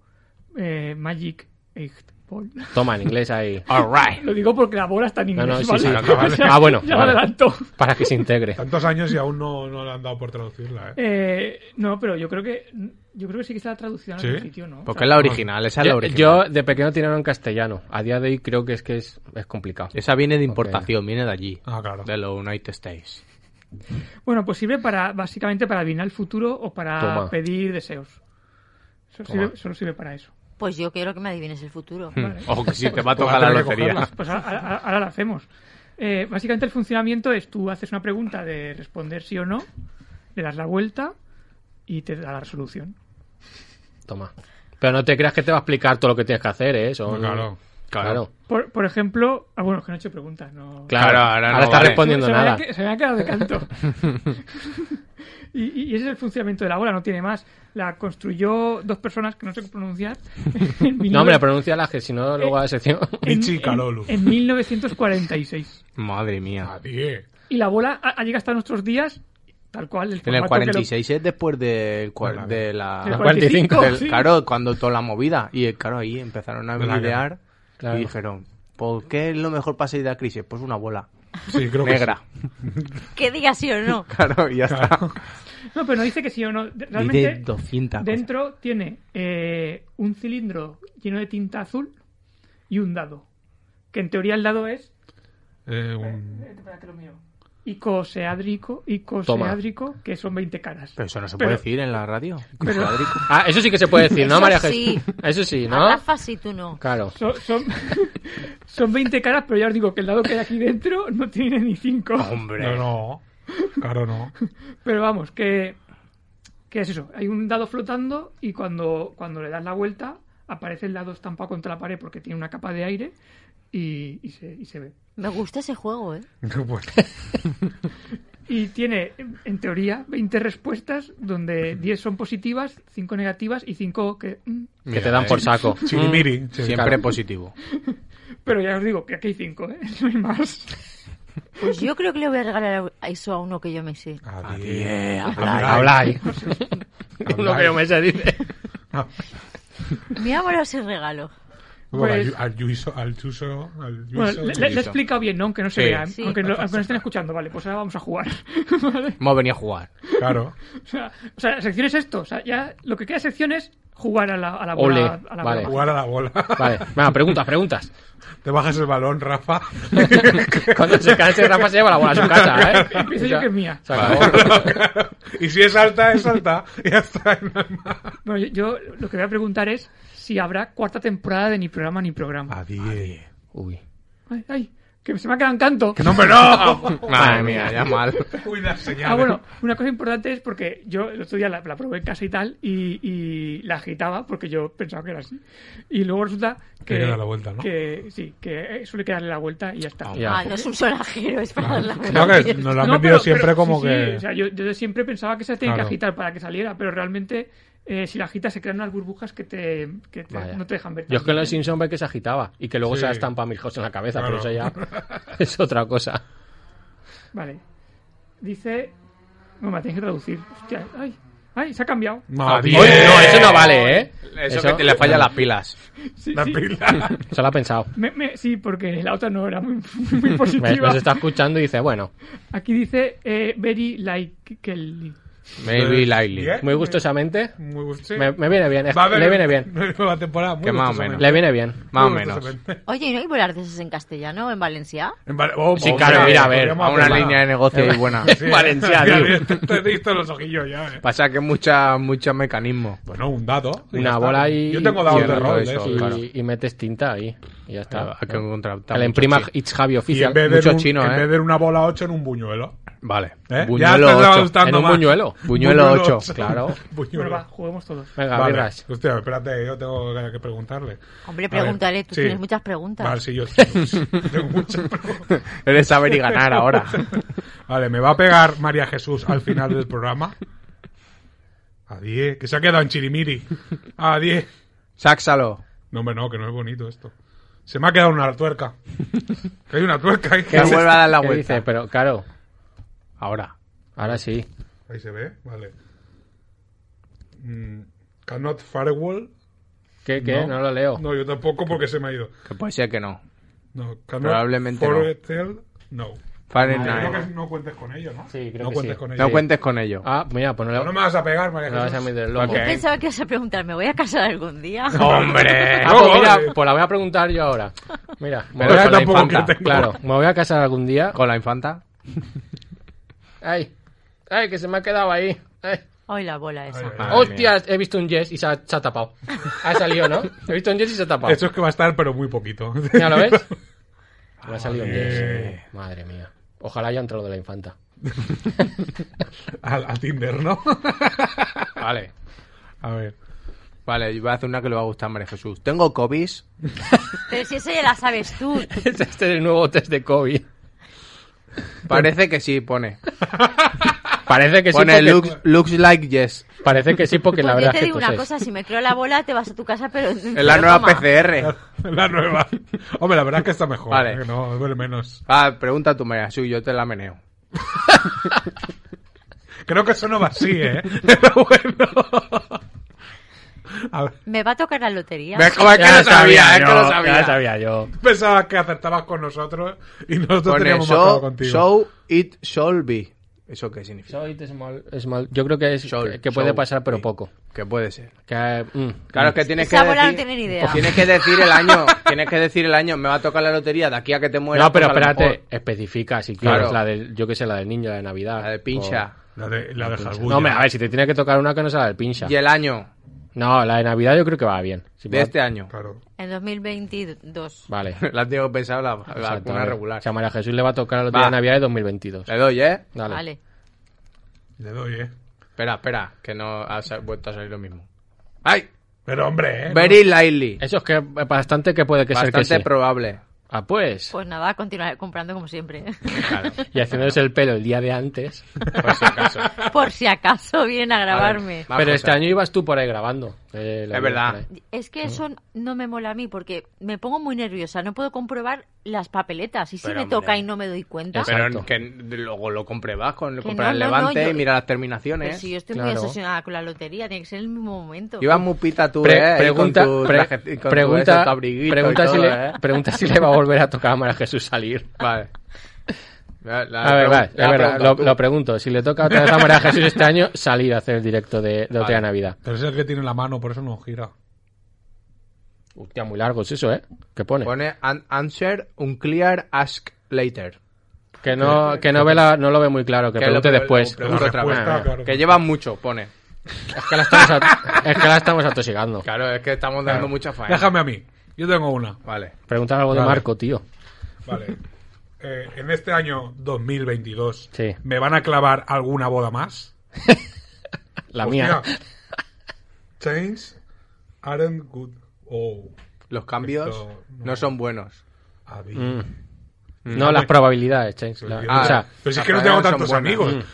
[SPEAKER 4] eh, Magic Eight Ball.
[SPEAKER 3] Toma, en inglés ahí.
[SPEAKER 7] All right.
[SPEAKER 4] Lo digo porque la bola está en
[SPEAKER 3] No,
[SPEAKER 4] inglés.
[SPEAKER 3] no, sí,
[SPEAKER 4] ¿vale?
[SPEAKER 3] sí.
[SPEAKER 4] O sea,
[SPEAKER 3] Ah, bueno.
[SPEAKER 4] Ya lo
[SPEAKER 3] vale.
[SPEAKER 4] adelanto.
[SPEAKER 3] Para que se integre.
[SPEAKER 5] Tantos años y aún no, no le han dado por traducirla, ¿eh?
[SPEAKER 4] Eh, no, pero yo creo que yo creo que sí que está traducida en
[SPEAKER 5] ¿Sí?
[SPEAKER 4] algún sitio, ¿no?
[SPEAKER 7] Porque es la original, esa es la
[SPEAKER 3] Yo,
[SPEAKER 7] original.
[SPEAKER 3] yo de pequeño tenía uno en castellano. A día de hoy creo que es que es, es complicado.
[SPEAKER 7] Esa viene de importación, viene de allí.
[SPEAKER 5] Ah, claro.
[SPEAKER 7] De los United States.
[SPEAKER 4] Bueno, pues sirve para básicamente para adivinar el futuro o para
[SPEAKER 3] Toma.
[SPEAKER 4] pedir deseos. Solo
[SPEAKER 3] Toma. Mm,
[SPEAKER 4] sirve, solo sirve para eso.
[SPEAKER 6] Pues yo quiero que me adivines el futuro.
[SPEAKER 4] Hmm.
[SPEAKER 7] O que si te va a
[SPEAKER 5] Pues va a
[SPEAKER 7] tocar la
[SPEAKER 5] tener que
[SPEAKER 7] lotería.
[SPEAKER 5] cogerla.
[SPEAKER 4] Pues ahora, ahora- ahora lo hacemos. Eh, básicamente el funcionamiento es tú haces una pregunta de responder sí o no, le das la vuelta y te da la resolución.
[SPEAKER 3] Toma. Pero no te creas que te va a explicar todo lo que tienes que hacer, ¿eh? Son-
[SPEAKER 5] Claro,
[SPEAKER 3] Claro.
[SPEAKER 4] Por, por ejemplo, ah, bueno, es que no he hecho preguntas, no.
[SPEAKER 3] Claro,
[SPEAKER 7] Claro,
[SPEAKER 3] ahora,
[SPEAKER 7] ahora no
[SPEAKER 3] está
[SPEAKER 7] vale.
[SPEAKER 3] respondiendo
[SPEAKER 4] se, me
[SPEAKER 3] nada.
[SPEAKER 4] había que- se me ha quedado de canto. y, y- y ese es el funcionamiento de la bola, no tiene más. La construyó dos personas que no sé pronunciar. en
[SPEAKER 3] No, hombre,
[SPEAKER 4] 19
[SPEAKER 3] pronuncia la que si no, luego a la sección.
[SPEAKER 4] en-
[SPEAKER 5] Ichi
[SPEAKER 4] en-
[SPEAKER 5] Kalolu.
[SPEAKER 4] en 1946.
[SPEAKER 7] Madre mía.
[SPEAKER 5] Nadie.
[SPEAKER 4] Y la bola ha, ha llegado hasta nuestros días, tal cual.
[SPEAKER 7] En el
[SPEAKER 4] formato que lo-
[SPEAKER 7] 46 es después del cua- de
[SPEAKER 4] Del
[SPEAKER 7] la...
[SPEAKER 3] 45,
[SPEAKER 4] 45,
[SPEAKER 7] del-
[SPEAKER 4] sí.
[SPEAKER 7] Claro, cuando toda la movida. Y claro, ahí empezaron a
[SPEAKER 5] De la
[SPEAKER 7] idear
[SPEAKER 3] Claro.
[SPEAKER 7] y dijeron, ¿por qué es lo mejor para salir de la crisis? Pues una bola
[SPEAKER 5] Sí, creo que
[SPEAKER 7] negra.
[SPEAKER 6] Que diga sí o no.
[SPEAKER 7] Claro, y ya está.
[SPEAKER 4] No, pero no dice que sí o no. De-
[SPEAKER 7] Y de
[SPEAKER 4] Realmente,
[SPEAKER 7] 200. cosas.
[SPEAKER 4] dentro tiene eh, un cilindro lleno de tinta azul y un dado. Que en teoría el dado es.
[SPEAKER 5] sí. Eh, un-
[SPEAKER 4] Icoseádrico, icoseádrico, que son 20 caras.
[SPEAKER 7] Pero eso no se
[SPEAKER 4] Pero-
[SPEAKER 7] puede decir en la radio.
[SPEAKER 4] pero-
[SPEAKER 3] Ah, eso sí que se puede decir, ¿no,
[SPEAKER 6] Eso
[SPEAKER 3] María
[SPEAKER 6] sí.
[SPEAKER 3] Jesús? Eso sí,
[SPEAKER 6] A
[SPEAKER 3] ¿no?
[SPEAKER 6] Rafa sí, tú no.
[SPEAKER 3] Claro.
[SPEAKER 4] Son, son, son 20 caras, pero ya os digo que el dado que hay aquí dentro no tiene ni 5.
[SPEAKER 5] No, no. Claro, no.
[SPEAKER 4] Pero vamos, que, que es eso. Hay un dado flotando y cuando, cuando le das la vuelta aparece el dado estampado contra la pared porque tiene una capa de aire y, y se, y se ve.
[SPEAKER 6] Me gusta ese juego, ¿eh?
[SPEAKER 5] Pues,
[SPEAKER 4] Y tiene, en en teoría, 20 respuestas donde 10 son positivas, 5 negativas y 5 que... mm.
[SPEAKER 3] Que te dan por saco.
[SPEAKER 5] chirimiri.
[SPEAKER 3] Mm,
[SPEAKER 5] sí.
[SPEAKER 7] Siempre
[SPEAKER 3] claro.
[SPEAKER 7] positivo.
[SPEAKER 4] Pero ya os digo que aquí hay 5, ¿eh? No hay más.
[SPEAKER 6] Pues yo creo que le voy a regalar a- eso a uno que yo me sé.
[SPEAKER 5] Nadie.
[SPEAKER 7] Eh,
[SPEAKER 3] Habláis. Uno que no me se dice.
[SPEAKER 5] Ah,
[SPEAKER 6] Mi amor ese regalo.
[SPEAKER 5] Bueno,
[SPEAKER 4] Pues-
[SPEAKER 5] al Yuiso, al Yuso, al Yuiso.
[SPEAKER 4] Bueno, le, le- le he explicado bien, ¿no? Aunque no se
[SPEAKER 7] Sí.
[SPEAKER 4] vea,
[SPEAKER 6] Sí.
[SPEAKER 4] aunque, no- aunque no estén escuchando. Vale, pues ahora vamos a jugar. ¿Vale?
[SPEAKER 7] Hemos venido a jugar.
[SPEAKER 5] Claro.
[SPEAKER 4] O sea, o sea, la sección es esto. O sea, ya lo que queda de sección es jugar a la, a la bola.
[SPEAKER 3] Ole,
[SPEAKER 4] a la
[SPEAKER 3] vale.
[SPEAKER 4] bola.
[SPEAKER 5] Jugar a la bola.
[SPEAKER 3] Vale, venga, preguntas, preguntas.
[SPEAKER 5] Te bajas el balón, Rafa.
[SPEAKER 3] Cuando se canse Rafa se lleva la bola a su casa, ¿eh?
[SPEAKER 4] Empiezo yo que es mía.
[SPEAKER 3] Se acabó.
[SPEAKER 5] y si es alta, es alta. Y ya está. y no hay más.
[SPEAKER 4] Bueno, yo, yo lo que voy a preguntar es si habrá cuarta temporada de Ni Programa Ni Programa.
[SPEAKER 5] Adiós.
[SPEAKER 3] Uy.
[SPEAKER 4] Ay, ay, que se me ha quedado en canto.
[SPEAKER 5] ¡Que no, hombre, no!
[SPEAKER 7] Madre mía, ya mal.
[SPEAKER 5] Uy, la señal.
[SPEAKER 4] Ah, bueno, una cosa importante es porque yo el otro día la, la probé en casa y tal, y, y la agitaba porque yo pensaba que era así. Y luego resulta
[SPEAKER 5] Que
[SPEAKER 4] que.
[SPEAKER 5] le da la vuelta, ¿no?
[SPEAKER 4] que sí, que eh, suele quedarle la vuelta y ya está.
[SPEAKER 3] Ya.
[SPEAKER 6] Ah, no es un solajero, es para dar la
[SPEAKER 5] No,
[SPEAKER 6] vuelta.
[SPEAKER 5] que nos lo han
[SPEAKER 4] No,
[SPEAKER 5] vendido
[SPEAKER 4] pero-
[SPEAKER 5] siempre
[SPEAKER 4] pero-
[SPEAKER 5] como
[SPEAKER 4] sí, sí,
[SPEAKER 5] que.
[SPEAKER 4] o sea, yo, yo siempre pensaba que se tenía
[SPEAKER 5] Claro.
[SPEAKER 4] que agitar para que saliera, pero realmente eh, si la agitas se crean unas burbujas que, te, que te-
[SPEAKER 3] Vaya.
[SPEAKER 4] no te dejan ver.
[SPEAKER 3] Yo es que en
[SPEAKER 4] tanto.
[SPEAKER 3] los Simpsons ve que se agitaba y que luego
[SPEAKER 5] Sí.
[SPEAKER 3] se la estampa a Milhouse en la cabeza,
[SPEAKER 5] Claro.
[SPEAKER 3] pero eso ya es otra cosa.
[SPEAKER 4] Vale. Dice. No, me la tienes que traducir. Hostia, ay, ay, se ha cambiado.
[SPEAKER 5] Madre.
[SPEAKER 3] Oye, no, eso no vale, ¿eh?
[SPEAKER 7] Eso, que te le falla las pilas.
[SPEAKER 4] Sí,
[SPEAKER 5] La
[SPEAKER 4] sí.
[SPEAKER 5] pila.
[SPEAKER 3] Se lo ha pensado.
[SPEAKER 4] Me- me- sí, porque la otra no era muy, muy
[SPEAKER 3] Me-
[SPEAKER 4] positiva.
[SPEAKER 3] Nos está escuchando y dice, bueno,
[SPEAKER 4] Aquí dice eh, very likely.
[SPEAKER 7] Maybe Lightly.
[SPEAKER 5] Bien.
[SPEAKER 3] muy gustosamente.
[SPEAKER 5] Muy gusto. sí.
[SPEAKER 3] Me, me viene bien, es-
[SPEAKER 5] Va a haber
[SPEAKER 3] le viene bien.
[SPEAKER 5] una nueva temporada. Muy
[SPEAKER 7] Que más o
[SPEAKER 5] gustosamente.
[SPEAKER 7] menos.
[SPEAKER 3] Le viene bien.
[SPEAKER 7] Más o
[SPEAKER 5] Muy
[SPEAKER 7] menos.
[SPEAKER 5] gustosamente.
[SPEAKER 6] Oye, ¿y no hay volar de esas en castellano o en Valencia?
[SPEAKER 5] En Val- oh,
[SPEAKER 3] Sí,
[SPEAKER 5] oh,
[SPEAKER 3] claro,
[SPEAKER 5] hombre,
[SPEAKER 3] mira, a ver,
[SPEAKER 5] podríamos
[SPEAKER 7] A una
[SPEAKER 5] hacer
[SPEAKER 7] línea
[SPEAKER 5] más.
[SPEAKER 7] de negocio ahí buena.
[SPEAKER 3] Es Valencia,
[SPEAKER 5] Mira,
[SPEAKER 3] tío.
[SPEAKER 5] mira, te- Te he visto los ojillos ya, eh.
[SPEAKER 7] Pasa que mucha, mucha mecanismo.
[SPEAKER 5] Bueno, un dado. y
[SPEAKER 3] Una
[SPEAKER 5] ya está.
[SPEAKER 3] bola y-
[SPEAKER 5] Yo tengo dados
[SPEAKER 7] y
[SPEAKER 5] de
[SPEAKER 7] el
[SPEAKER 5] rol,
[SPEAKER 7] resto
[SPEAKER 5] eh, de
[SPEAKER 7] de
[SPEAKER 5] esos,
[SPEAKER 7] eso,
[SPEAKER 3] Y,
[SPEAKER 5] claro.
[SPEAKER 3] y metes tinta ahí. Y ya está.
[SPEAKER 7] Ah, Hay que encontrar
[SPEAKER 3] Que le imprima It's Javi
[SPEAKER 5] Y en
[SPEAKER 3] oficial.
[SPEAKER 5] vez de
[SPEAKER 7] mucho
[SPEAKER 5] un-
[SPEAKER 7] chino,
[SPEAKER 5] en
[SPEAKER 7] ¿eh?
[SPEAKER 5] vez de una bola 8 en un buñuelo.
[SPEAKER 7] Vale.
[SPEAKER 5] ¿eh?
[SPEAKER 7] Buñuelo
[SPEAKER 5] ya te está
[SPEAKER 7] 8.
[SPEAKER 5] gustando
[SPEAKER 3] En un
[SPEAKER 5] más.
[SPEAKER 3] buñuelo.
[SPEAKER 7] Buñuelo ocho,
[SPEAKER 3] claro.
[SPEAKER 5] Buñuelo.
[SPEAKER 4] Bueno, va, juguemos todos.
[SPEAKER 3] Venga,
[SPEAKER 5] Vale.
[SPEAKER 3] birras.
[SPEAKER 5] Hostia, espérate, yo tengo que- que preguntarle.
[SPEAKER 6] Hombre,
[SPEAKER 5] A ver,
[SPEAKER 6] pregúntale, tú
[SPEAKER 5] sí.
[SPEAKER 6] tienes muchas preguntas.
[SPEAKER 5] Vale, sí, yo tengo muchas preguntas.
[SPEAKER 7] Eres saber y ganar ahora.
[SPEAKER 5] Vale, me va a pegar María Jesús al final del programa. Adiós, que se ha quedado en Chirimiri. Adiós.
[SPEAKER 7] Sáxalo.
[SPEAKER 5] No, hombre, no, que no es bonito esto. Se me ha quedado una tuerca. Que hay una tuerca ahí.
[SPEAKER 7] Que vuelva a dar la
[SPEAKER 3] ¿Qué
[SPEAKER 7] vuelta.
[SPEAKER 3] dice? Pero claro,
[SPEAKER 7] Ahora.
[SPEAKER 3] ahora sí.
[SPEAKER 5] Ahí se ve, vale. Mm, cannot firewall.
[SPEAKER 3] ¿Qué, qué? No, lo leo.
[SPEAKER 5] No, yo tampoco porque se me ha ido.
[SPEAKER 7] Que puede ser que no.
[SPEAKER 5] No, cannot
[SPEAKER 7] Probablemente no.
[SPEAKER 5] foretell, no. Creo que
[SPEAKER 7] Fahrenheit.
[SPEAKER 5] no cuentes con ello, ¿no?
[SPEAKER 3] Sí, creo
[SPEAKER 5] no
[SPEAKER 3] que
[SPEAKER 5] cuentes
[SPEAKER 3] sí.
[SPEAKER 5] con ello.
[SPEAKER 7] No cuentes con ello.
[SPEAKER 3] Ah, mira, pues no
[SPEAKER 5] No
[SPEAKER 3] lo,
[SPEAKER 5] me vas a pegar, María
[SPEAKER 3] no lo vas a
[SPEAKER 5] Jesús.
[SPEAKER 3] meter loco.
[SPEAKER 7] Ok.
[SPEAKER 6] Pensaba que ibas a preguntar, ¿me voy a casar algún día?
[SPEAKER 7] ¡Hombre!
[SPEAKER 3] Ah, pues
[SPEAKER 5] eh,
[SPEAKER 3] mira, pues la voy a preguntar yo ahora. Mira, me
[SPEAKER 7] Pero
[SPEAKER 3] voy
[SPEAKER 7] ya
[SPEAKER 3] a con la
[SPEAKER 5] tampoco
[SPEAKER 3] infanta,
[SPEAKER 5] que tengo.
[SPEAKER 3] Claro, me voy a casar algún día.
[SPEAKER 7] ¿Con la infanta?
[SPEAKER 3] Ay, ay, que se me ha quedado ahí. Ay.
[SPEAKER 6] Ay, la bola esa.
[SPEAKER 7] Madre
[SPEAKER 3] Hostias, he visto un yes y se ha, se ha tapado. Ha salido, ¿no? He visto un yes y se ha tapado.
[SPEAKER 5] Eso es que va a estar, pero muy poquito.
[SPEAKER 3] Mira, ¿lo ves? Me ha salido un
[SPEAKER 5] Madre.
[SPEAKER 3] yes. Madre mía. Ojalá haya entrado de la infanta.
[SPEAKER 5] a, a Tinder, ¿no?
[SPEAKER 7] Vale.
[SPEAKER 5] A ver.
[SPEAKER 7] Vale, yo voy a hacer una que le va a gustar a María Jesús. Tengo COVID.
[SPEAKER 6] Pero si eso ya la sabes tú.
[SPEAKER 3] Este es el nuevo test de COVID.
[SPEAKER 7] Parece que sí, pone.
[SPEAKER 3] Parece que sí.
[SPEAKER 7] Pone
[SPEAKER 3] porque-
[SPEAKER 7] looks, looks like yes.
[SPEAKER 3] Parece que sí, porque
[SPEAKER 6] Pues
[SPEAKER 3] la
[SPEAKER 6] yo
[SPEAKER 3] verdad
[SPEAKER 6] te
[SPEAKER 3] es que
[SPEAKER 6] digo
[SPEAKER 3] tú
[SPEAKER 6] una
[SPEAKER 3] seis.
[SPEAKER 6] cosa, si me creo la bola, te vas a tu casa, pero...
[SPEAKER 7] Es la nueva PCR.
[SPEAKER 5] La nueva. Hombre, la verdad es que está mejor.
[SPEAKER 7] Vale.
[SPEAKER 5] que No, duele menos.
[SPEAKER 7] Ah, pregunta tú, María Jesús, yo te la meneo.
[SPEAKER 5] Creo que eso no va así, ¿eh? Pero bueno. A ver,
[SPEAKER 6] ¿Me va a tocar la lotería?
[SPEAKER 7] ¿Ves cómo es Ah, que lo sabía? Es que lo
[SPEAKER 3] yo,
[SPEAKER 7] sabía.
[SPEAKER 3] Ya lo sabía yo.
[SPEAKER 5] pensabas que acertabas con nosotros y nosotros
[SPEAKER 7] Pone
[SPEAKER 5] teníamos marcado
[SPEAKER 7] show,
[SPEAKER 5] contigo.
[SPEAKER 7] show it shall be. ¿Eso qué significa?
[SPEAKER 3] Soy de small- small- Yo creo que, es,
[SPEAKER 7] Sol,
[SPEAKER 3] que puede
[SPEAKER 7] sol,
[SPEAKER 3] pasar, pero
[SPEAKER 7] sí.
[SPEAKER 3] poco.
[SPEAKER 7] Que puede ser.
[SPEAKER 3] Que, mm,
[SPEAKER 7] Claro,
[SPEAKER 3] mm.
[SPEAKER 7] es que tienes
[SPEAKER 6] Esa
[SPEAKER 7] que
[SPEAKER 6] bola no
[SPEAKER 7] decir...
[SPEAKER 6] tiene ni idea.
[SPEAKER 7] Tienes que decir el año. tienes que decir el año. Me va a tocar la lotería de aquí a que te mueras.
[SPEAKER 3] No, pero
[SPEAKER 7] pues a lo
[SPEAKER 3] espérate,
[SPEAKER 7] mejor
[SPEAKER 3] especifica si quieres
[SPEAKER 7] Claro.
[SPEAKER 3] la del, yo que sé, la del niño, la de Navidad.
[SPEAKER 7] La de pincha.
[SPEAKER 3] Oh,
[SPEAKER 5] La de, la de
[SPEAKER 3] o-
[SPEAKER 5] Jarbulla.
[SPEAKER 3] No, hombre, a ver, si te tiene que tocar una que no sea la del pincha.
[SPEAKER 7] Y el año
[SPEAKER 3] No, la de Navidad yo creo que va bien. Si
[SPEAKER 7] de
[SPEAKER 3] va-
[SPEAKER 7] este año.
[SPEAKER 5] Claro.
[SPEAKER 6] En 2022.
[SPEAKER 3] Vale.
[SPEAKER 7] La tengo pensada la, la
[SPEAKER 3] Exacto,
[SPEAKER 7] vacuna
[SPEAKER 3] vale.
[SPEAKER 7] regular.
[SPEAKER 3] O sea, María Jesús le va a tocar la lotería
[SPEAKER 7] Va.
[SPEAKER 3] de Navidad de 2022.
[SPEAKER 7] Le doy, ¿eh?
[SPEAKER 3] Dale.
[SPEAKER 6] Vale.
[SPEAKER 5] Le doy, ¿eh?
[SPEAKER 7] Espera, espera, que no ha sa- vuelto a salir lo mismo. ¡Ay!
[SPEAKER 5] Pero, hombre, ¿eh?
[SPEAKER 7] Very likely.
[SPEAKER 3] Eso es que es bastante que puede que sea que
[SPEAKER 7] Bastante
[SPEAKER 3] sí.
[SPEAKER 7] probable.
[SPEAKER 3] Ah, pues.
[SPEAKER 6] Pues nada, continuaré comprando como siempre.
[SPEAKER 7] Claro,
[SPEAKER 3] Y haciéndose el pelo el día de antes.
[SPEAKER 7] por si acaso.
[SPEAKER 6] Por si acaso vienen a
[SPEAKER 7] A
[SPEAKER 6] grabarme.
[SPEAKER 7] ver, más
[SPEAKER 3] pero
[SPEAKER 7] cosas.
[SPEAKER 3] este año ibas tú por ahí grabando. eh, la
[SPEAKER 7] Es
[SPEAKER 3] vida
[SPEAKER 7] verdad.
[SPEAKER 3] por ahí.
[SPEAKER 6] Es que eso no me mola a mí porque me pongo muy nerviosa. No puedo comprobar las papeletas. Y si
[SPEAKER 7] Pero,
[SPEAKER 6] me
[SPEAKER 7] hombre.
[SPEAKER 6] toca y no me doy cuenta.
[SPEAKER 3] Exacto.
[SPEAKER 7] Pero que luego lo compruebas con
[SPEAKER 6] Que
[SPEAKER 7] comprar
[SPEAKER 6] no,
[SPEAKER 7] el
[SPEAKER 6] no,
[SPEAKER 7] levante
[SPEAKER 6] no, yo-
[SPEAKER 7] y mira las
[SPEAKER 6] Pero
[SPEAKER 7] terminaciones.
[SPEAKER 6] pues
[SPEAKER 7] ¿eh?
[SPEAKER 6] si yo estoy muy
[SPEAKER 3] Claro.
[SPEAKER 6] obsesionada con la lotería, tiene que ser en el mismo momento.
[SPEAKER 7] Ibas muy pita tú,
[SPEAKER 3] Pre-
[SPEAKER 7] ¿eh? Ahí
[SPEAKER 3] pregunta,
[SPEAKER 7] con tu
[SPEAKER 3] pre-
[SPEAKER 7] traje- con tu
[SPEAKER 3] pregunta-
[SPEAKER 7] eso, tu abriguito y
[SPEAKER 3] pregunta si
[SPEAKER 7] todo,
[SPEAKER 3] le,
[SPEAKER 7] ¿eh?
[SPEAKER 3] pregunta si le va a volver a tocar a María Jesús salir.
[SPEAKER 7] Vale. La- la-
[SPEAKER 3] A ver,
[SPEAKER 7] pregun-
[SPEAKER 3] vale,
[SPEAKER 7] la
[SPEAKER 3] es verdad,
[SPEAKER 7] pregunta
[SPEAKER 3] lo,
[SPEAKER 7] tú.
[SPEAKER 3] lo pregunto. Si le toca otra vez a María Jesús este año, salir a hacer el directo de, de Otea
[SPEAKER 7] Vale.
[SPEAKER 3] Navidad.
[SPEAKER 5] Pero es el que tiene la mano, por eso no gira.
[SPEAKER 3] Hostia, muy largo es eso, ¿eh? ¿Qué pone?
[SPEAKER 7] Pone an- answer unclear ask later.
[SPEAKER 3] que no, que no, ve la- no lo ve muy claro, que,
[SPEAKER 7] Que
[SPEAKER 3] pregunte
[SPEAKER 7] lo- lo-
[SPEAKER 3] después.
[SPEAKER 7] lo pregunto
[SPEAKER 5] La
[SPEAKER 7] otra
[SPEAKER 5] respuesta,
[SPEAKER 7] vez.
[SPEAKER 5] claro.
[SPEAKER 7] Que llevan mucho, pone.
[SPEAKER 3] Es que la estamos, at- es que la estamos atosigando.
[SPEAKER 7] Claro, es que estamos dando mucha faena.
[SPEAKER 5] Déjame a mí. Yo tengo una.
[SPEAKER 7] Vale.
[SPEAKER 3] Preguntar algo de
[SPEAKER 5] Vale.
[SPEAKER 3] Marco, tío.
[SPEAKER 5] Vale. Eh, en este año 2022,
[SPEAKER 3] Sí.
[SPEAKER 5] ¿me van a clavar alguna boda más?
[SPEAKER 3] La mía.
[SPEAKER 5] Hostia. Chains aren't good. Oh.
[SPEAKER 7] Los cambios
[SPEAKER 5] Esto,
[SPEAKER 7] no.
[SPEAKER 5] no.
[SPEAKER 7] son buenos.
[SPEAKER 5] Abby.
[SPEAKER 3] No, las probabilidades, Chains. Mm. la-
[SPEAKER 5] Ah,
[SPEAKER 3] o sea,
[SPEAKER 5] pero si es que no
[SPEAKER 7] las
[SPEAKER 5] tengo
[SPEAKER 7] son
[SPEAKER 5] tantos
[SPEAKER 7] buenas.
[SPEAKER 5] amigos.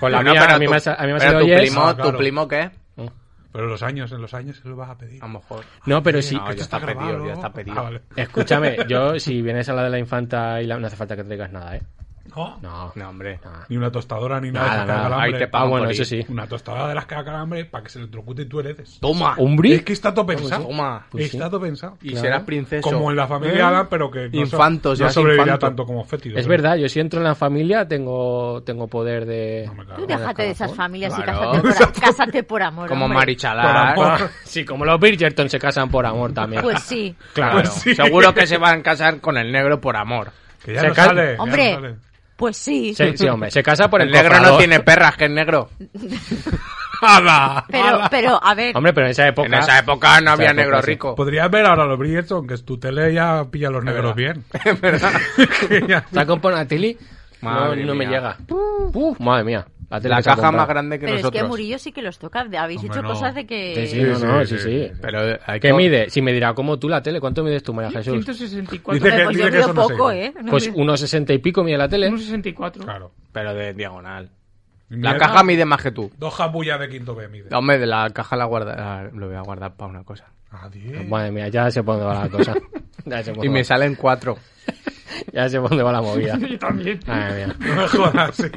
[SPEAKER 3] pues la
[SPEAKER 7] No,
[SPEAKER 3] mía,
[SPEAKER 7] pero
[SPEAKER 3] a mí
[SPEAKER 7] tu-
[SPEAKER 3] me ha sa- a mí me ha
[SPEAKER 7] pero
[SPEAKER 3] salido
[SPEAKER 7] tu
[SPEAKER 3] 10.
[SPEAKER 7] primo,
[SPEAKER 5] Ah, claro.
[SPEAKER 7] ¿Tu primo qué?
[SPEAKER 5] Pero los años, en los años se los vas a pedir.
[SPEAKER 7] A lo mejor.
[SPEAKER 3] No, pero sí.
[SPEAKER 7] No, ya está
[SPEAKER 5] grabado,
[SPEAKER 7] pedido, ya
[SPEAKER 5] ¿no?
[SPEAKER 7] está pedido.
[SPEAKER 5] Ah, vale.
[SPEAKER 3] Escúchame, yo si vienes a la de la infanta y la- no hace falta que traigas nada, ¿eh?
[SPEAKER 5] ¿No?
[SPEAKER 3] No.
[SPEAKER 7] No, hombre.
[SPEAKER 3] No.
[SPEAKER 5] Ni una tostadora ni nada. de
[SPEAKER 3] Nada,
[SPEAKER 5] esas que haga
[SPEAKER 3] nada.
[SPEAKER 5] calambre.
[SPEAKER 7] Ahí te
[SPEAKER 3] Ah,
[SPEAKER 7] pagan
[SPEAKER 3] bueno,
[SPEAKER 7] por
[SPEAKER 3] eso
[SPEAKER 7] ir.
[SPEAKER 3] sí.
[SPEAKER 5] Una tostadora de las que haga calambre para que se electrocute y tú heredes.
[SPEAKER 7] Toma.
[SPEAKER 3] ¿Umbri?
[SPEAKER 5] Es que está todo pensado.
[SPEAKER 7] Toma.
[SPEAKER 3] Pues sí.
[SPEAKER 5] está todo pensado.
[SPEAKER 7] Y
[SPEAKER 3] Claro.
[SPEAKER 7] serás princeso.
[SPEAKER 5] Como en la familia Adam, pero que no,
[SPEAKER 7] ¿Eh? Infantos,
[SPEAKER 5] so- no
[SPEAKER 7] ya es
[SPEAKER 5] sobrevivirá
[SPEAKER 7] infanto.
[SPEAKER 5] tanto como fétido.
[SPEAKER 3] Es verdad, yo si entro en la familia tengo, tengo poder de...
[SPEAKER 5] No me cago.
[SPEAKER 6] Tú déjate de esas familias
[SPEAKER 7] Claro.
[SPEAKER 6] y cásate por, cásate por amor.
[SPEAKER 7] Como
[SPEAKER 6] hombre.
[SPEAKER 7] Marichalar.
[SPEAKER 5] Por amor.
[SPEAKER 3] Ah, sí, como los Bridgerton se casan por amor también.
[SPEAKER 6] Pues sí.
[SPEAKER 7] Claro.
[SPEAKER 5] Pues sí.
[SPEAKER 7] Seguro que se van a casar con el negro por amor.
[SPEAKER 5] Que ya
[SPEAKER 3] Se
[SPEAKER 5] no
[SPEAKER 3] cal-
[SPEAKER 5] sale. ya no
[SPEAKER 6] Hombre,
[SPEAKER 5] sale.
[SPEAKER 6] pues sí.
[SPEAKER 3] Sí, sí, hombre, se casa por el,
[SPEAKER 7] El negro no
[SPEAKER 3] cofrador.
[SPEAKER 7] tiene perras, que es negro.
[SPEAKER 6] Pero, pero, a ver,
[SPEAKER 3] Hombre, pero en esa época...
[SPEAKER 7] En esa época no había
[SPEAKER 3] época
[SPEAKER 7] negro
[SPEAKER 3] sí.
[SPEAKER 7] rico.
[SPEAKER 5] Podrías ver ahora los Bridgerton, que tu tele ya pilla a los negros bien.
[SPEAKER 7] Es verdad.
[SPEAKER 5] Que ya-
[SPEAKER 3] Se ha comprado una tele, no,
[SPEAKER 7] Madre
[SPEAKER 3] no me
[SPEAKER 7] mía.
[SPEAKER 3] llega. Uf, madre mía. La, tele
[SPEAKER 7] La
[SPEAKER 3] que se ha
[SPEAKER 7] caja más
[SPEAKER 3] comprado.
[SPEAKER 7] grande que
[SPEAKER 6] pero es que
[SPEAKER 7] nosotros.
[SPEAKER 6] Murillo sí que los toca. Habéis
[SPEAKER 5] Hombre,
[SPEAKER 6] hecho
[SPEAKER 5] no.
[SPEAKER 6] cosas de que...
[SPEAKER 3] Sí, sí, no, no, sí,
[SPEAKER 5] sí,
[SPEAKER 3] sí.
[SPEAKER 5] sí, sí.
[SPEAKER 7] Pero eh, hay
[SPEAKER 3] ¿Qué
[SPEAKER 7] que-
[SPEAKER 3] mide? Si me dirá, como tú la tele? ¿Cuánto mides tú, María Jesús?
[SPEAKER 4] 164.
[SPEAKER 5] Dice
[SPEAKER 6] Hombre,
[SPEAKER 5] que-
[SPEAKER 6] pues
[SPEAKER 5] dice
[SPEAKER 6] yo
[SPEAKER 5] que
[SPEAKER 6] mido
[SPEAKER 5] eso no se
[SPEAKER 6] poco,
[SPEAKER 5] dice.
[SPEAKER 6] ¿eh? No
[SPEAKER 3] Pues
[SPEAKER 6] mido-
[SPEAKER 3] unos sesenta y pico mide la tele.
[SPEAKER 4] 164.
[SPEAKER 5] Claro.
[SPEAKER 7] Pero de diagonal.
[SPEAKER 5] Mierda,
[SPEAKER 7] La caja mide más que tú.
[SPEAKER 5] Dos jabullas de quinto B mide.
[SPEAKER 7] Hombre, de la caja la guarda, la- lo voy a guardar para una cosa.
[SPEAKER 5] Adiós.
[SPEAKER 3] Madre mía, ya sé por dónde va la cosa. Ya sé por,
[SPEAKER 7] Y me
[SPEAKER 3] dónde, va-
[SPEAKER 7] salen cuatro.
[SPEAKER 3] ya sé por dónde va la movida.
[SPEAKER 4] Yo también.
[SPEAKER 3] Madre mía.
[SPEAKER 5] No me jodas, sí.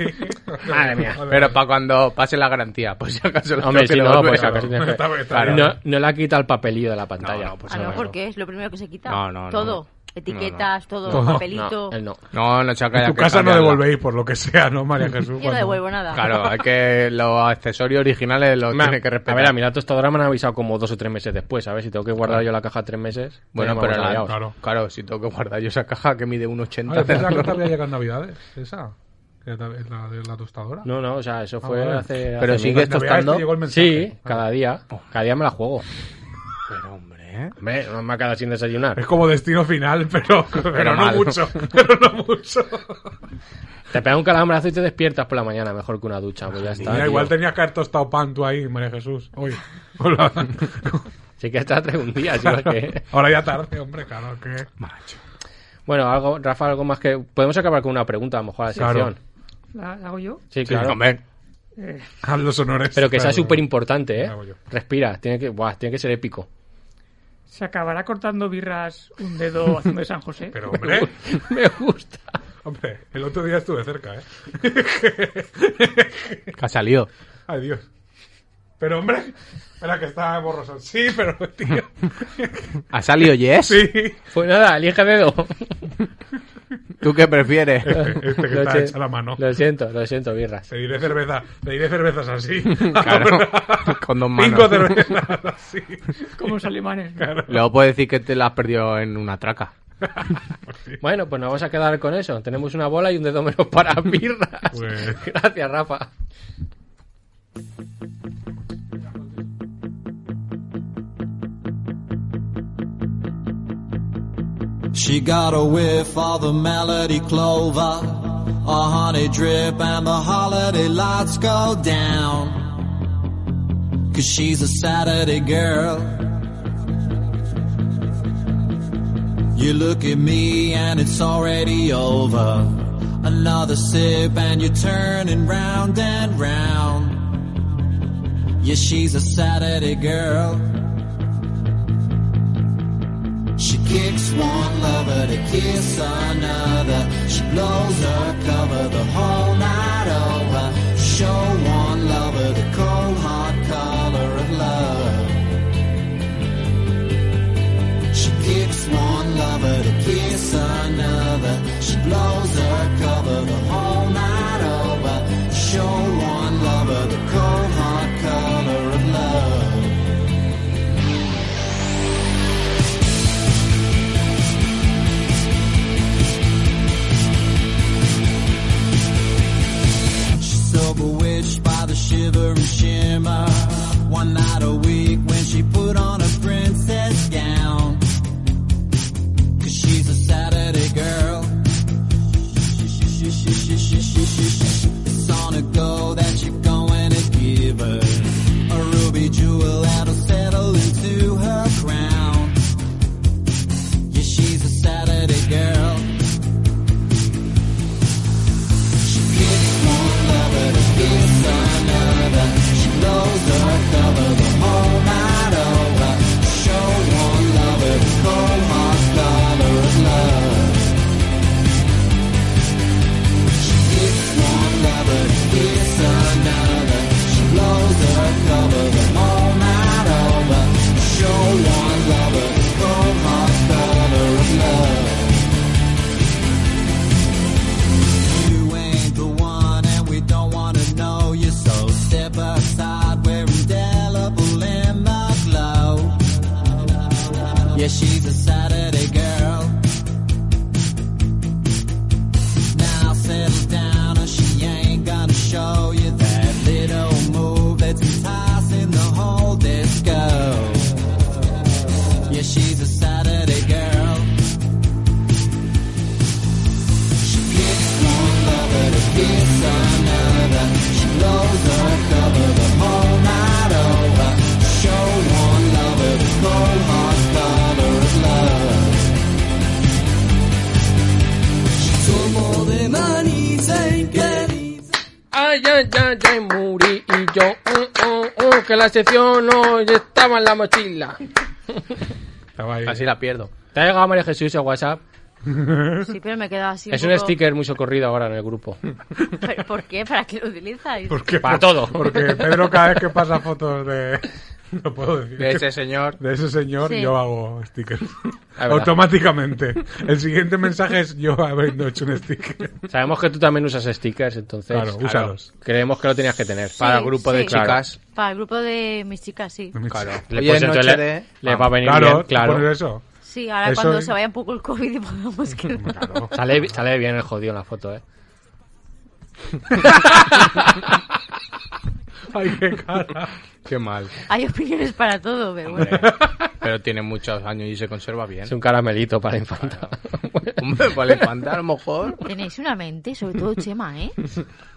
[SPEAKER 3] Madre mía.
[SPEAKER 7] Pero para cuando pase la garantía, pues si acaso lo tengo
[SPEAKER 3] Hombre,
[SPEAKER 7] que
[SPEAKER 3] si no,
[SPEAKER 7] devolver.
[SPEAKER 3] pues acaso tienes que-
[SPEAKER 5] Está bien, está
[SPEAKER 3] Claro,
[SPEAKER 5] bien.
[SPEAKER 3] no, no le ha quitado el papelillo de la pantalla.
[SPEAKER 7] No, no, pues
[SPEAKER 6] Ah,
[SPEAKER 7] no,
[SPEAKER 6] no,
[SPEAKER 7] no.
[SPEAKER 6] porque es lo primero que se quita.
[SPEAKER 7] No, no, no.
[SPEAKER 6] todo.
[SPEAKER 7] No,
[SPEAKER 6] Etiquetas, todo,
[SPEAKER 5] Todo.
[SPEAKER 6] papelito.
[SPEAKER 3] No, él no.
[SPEAKER 7] No, no se ha
[SPEAKER 5] En
[SPEAKER 7] callado
[SPEAKER 5] tu
[SPEAKER 7] que
[SPEAKER 5] casa no
[SPEAKER 7] cambiarla.
[SPEAKER 5] devolvéis por lo que sea, ¿no, María Jesús?
[SPEAKER 6] Yo no
[SPEAKER 5] Cuando-
[SPEAKER 6] devuelvo nada.
[SPEAKER 7] Claro, hay que los accesorios originales los
[SPEAKER 3] Ma-
[SPEAKER 7] tiene que respetar.
[SPEAKER 3] A ver, a mí la tostadora me han avisado como dos o tres meses después, a ver si tengo que guardar yo la caja tres meses.
[SPEAKER 7] bueno,
[SPEAKER 3] ya me
[SPEAKER 7] pero
[SPEAKER 3] hago
[SPEAKER 7] la-
[SPEAKER 3] liados.
[SPEAKER 7] claro. claro, si tengo que guardar yo esa caja que mide
[SPEAKER 5] Ah,
[SPEAKER 7] 1,80.
[SPEAKER 5] ¿es verdad que
[SPEAKER 7] cerrarlo.
[SPEAKER 5] te había llegado en Navidades? ¿Esa? ¿Que te- es ¿La de la tostadora?
[SPEAKER 3] No, no, o sea, eso fue
[SPEAKER 5] Ah, vale.
[SPEAKER 3] hace...
[SPEAKER 7] Pero
[SPEAKER 3] hace
[SPEAKER 7] sigue
[SPEAKER 3] meses.
[SPEAKER 5] En Navidades te llegó el mensaje.
[SPEAKER 3] Sí, cada día. Cada día me la juego.
[SPEAKER 7] Pero hombre, ¿eh?
[SPEAKER 3] Hombre, no me ha quedado sin desayunar.
[SPEAKER 5] Es como destino final, pero, pero, no
[SPEAKER 7] mal.
[SPEAKER 5] mucho. Pero no mucho.
[SPEAKER 3] Te pega un calambrazo y te despiertas por la mañana, mejor que una ducha, pues ya está.
[SPEAKER 5] Mira,
[SPEAKER 3] tío.
[SPEAKER 5] igual tenías que haber tostado pan tú ahí, María Jesús. Oye, hola.
[SPEAKER 3] Sí que está tres un día, sí, porque-
[SPEAKER 5] Ahora ya tarde, hombre, claro que.
[SPEAKER 3] Bueno, algo, Rafa, algo más que... Podemos acabar con una pregunta, a lo mejor, a la
[SPEAKER 5] Claro.
[SPEAKER 3] sección.
[SPEAKER 4] ¿La, la hago yo?
[SPEAKER 3] Sí,
[SPEAKER 7] Sí,
[SPEAKER 3] claro.
[SPEAKER 7] hombre.
[SPEAKER 4] Eh,
[SPEAKER 5] Haz los honores.
[SPEAKER 3] Pero que sea
[SPEAKER 5] Claro.
[SPEAKER 3] súper importante, ¿eh?
[SPEAKER 5] Me hago yo.
[SPEAKER 3] Respira, tiene que, buah, tiene que ser épico.
[SPEAKER 4] ¿Se acabará cortando birras un dedo haciendo de San José?
[SPEAKER 5] Pero, hombre,
[SPEAKER 3] Me gusta.
[SPEAKER 5] hombre, el otro día estuve cerca, ¿eh?
[SPEAKER 7] Que ha salido.
[SPEAKER 5] Ay, Dios. Pero, hombre, espera que está borroso. Sí, pero, tío.
[SPEAKER 7] ¿Ha salido Yes?
[SPEAKER 5] Sí. este,
[SPEAKER 3] Pues nada, elige dedo.
[SPEAKER 7] ¿Tú qué prefieres?
[SPEAKER 5] Este que
[SPEAKER 3] Lo
[SPEAKER 5] está
[SPEAKER 3] si-
[SPEAKER 5] hecha la mano.
[SPEAKER 3] Lo siento, lo siento, birras.
[SPEAKER 5] Te diré cerveza, te diré cervezas así.
[SPEAKER 7] Claro, con dos manos.
[SPEAKER 5] Cinco cervezas así.
[SPEAKER 4] Como los alemanes. ¿no?
[SPEAKER 7] Luego puedes decir que te la has perdido en una traca.
[SPEAKER 3] Bueno, pues nos vamos a quedar con eso. Tenemos una bola y un dedo menos para birras.
[SPEAKER 5] Pues-
[SPEAKER 3] Gracias, Rafa.
[SPEAKER 8] She got a whiff of the melody clover, a honey drip, and the holiday lights go down. Cause she's a Saturday girl. You look at me and it's already over. Another sip and you're turning round and round. Yeah, she's a Saturday girl. She kicks one lover to kiss another. She blows her cover the whole night over. Show one lover the cold hard color of love. She kicks one lover to kiss another. She blows her cover the whole
[SPEAKER 9] shiver and shimmer. One night a week when she put on a princess gown. Cause she's a Saturday girl. It's on a go that you're going to give her. A ruby jewel that'll settle into her crown. Yeah, she's a Saturday girl. She picks one lover to kiss another. She blows her cover the whole night over. Show one lover the cold hard color of love. She picks one lover to kiss another. She blows her cover the whole night over. Show one lover the cold hard color of love. You ain't the one, and we don't wanna know you. So step aside, we're indelible in the glow. Yeah, she's a Saturday girl. Now settle down, or she ain't gonna show you that little move that's enticing the whole disco. Yeah, she's a Saturday girl. She picks one lover to kiss another. She blows her cover the whole night over. Show one lover the cold hard color of love. She took more than I need, ain't getting.
[SPEAKER 3] Ay, ay, ay, ay, Muri y yo. mm, mm, mm, que la sección no estaba en la mochila.
[SPEAKER 5] Estaba ahí.
[SPEAKER 7] Así la pierdo.
[SPEAKER 3] ¿Te ha llegado María Jesús a WhatsApp?
[SPEAKER 6] Sí, pero me quedaba así.
[SPEAKER 3] es
[SPEAKER 6] un
[SPEAKER 3] un
[SPEAKER 6] poco-
[SPEAKER 3] sticker muy socorrido ahora en el grupo.
[SPEAKER 6] ¿Pero ¿Por qué? ¿Para qué lo utilizáis?
[SPEAKER 5] ¿Por qué?
[SPEAKER 3] Para todo.
[SPEAKER 5] Porque Pedro cada vez que pasa fotos de... No puedo decir.
[SPEAKER 7] De ese señor.
[SPEAKER 5] De ese señor
[SPEAKER 6] Sí.
[SPEAKER 5] yo hago stickers.
[SPEAKER 3] verdad.
[SPEAKER 5] Automáticamente. El siguiente mensaje es yo habiendo hecho un sticker.
[SPEAKER 3] Sabemos que tú también usas stickers, entonces.
[SPEAKER 5] Claro, úsalos.
[SPEAKER 3] creemos que lo tenías que tener.
[SPEAKER 6] Sí,
[SPEAKER 7] Para el grupo de
[SPEAKER 6] sí.
[SPEAKER 7] chicas.
[SPEAKER 6] Para el grupo de mis chicas, sí.
[SPEAKER 7] Claro. Ah,
[SPEAKER 3] Le-
[SPEAKER 7] Hoy
[SPEAKER 3] pues
[SPEAKER 7] es
[SPEAKER 3] entonces
[SPEAKER 7] noche
[SPEAKER 3] le,
[SPEAKER 7] de-
[SPEAKER 3] le
[SPEAKER 7] Ah,
[SPEAKER 3] va a venir
[SPEAKER 5] Claro,
[SPEAKER 3] bien, claro.
[SPEAKER 5] poner eso.
[SPEAKER 6] Sí, ahora
[SPEAKER 5] Eso
[SPEAKER 6] cuando
[SPEAKER 5] es-
[SPEAKER 6] se vaya un poco el COVID y podamos que...
[SPEAKER 5] Claro.
[SPEAKER 3] Sale, sale bien el jodido en la foto, ¿eh?
[SPEAKER 5] Ay, qué cara.
[SPEAKER 7] Qué mal.
[SPEAKER 6] Hay opiniones para todo, pero bueno.
[SPEAKER 7] Pero tiene muchos años y se conserva bien.
[SPEAKER 3] Es un caramelito para infanta.
[SPEAKER 7] Hombre, para el infante a lo mejor.
[SPEAKER 6] Tenéis una mente, sobre todo Chema, ¿eh?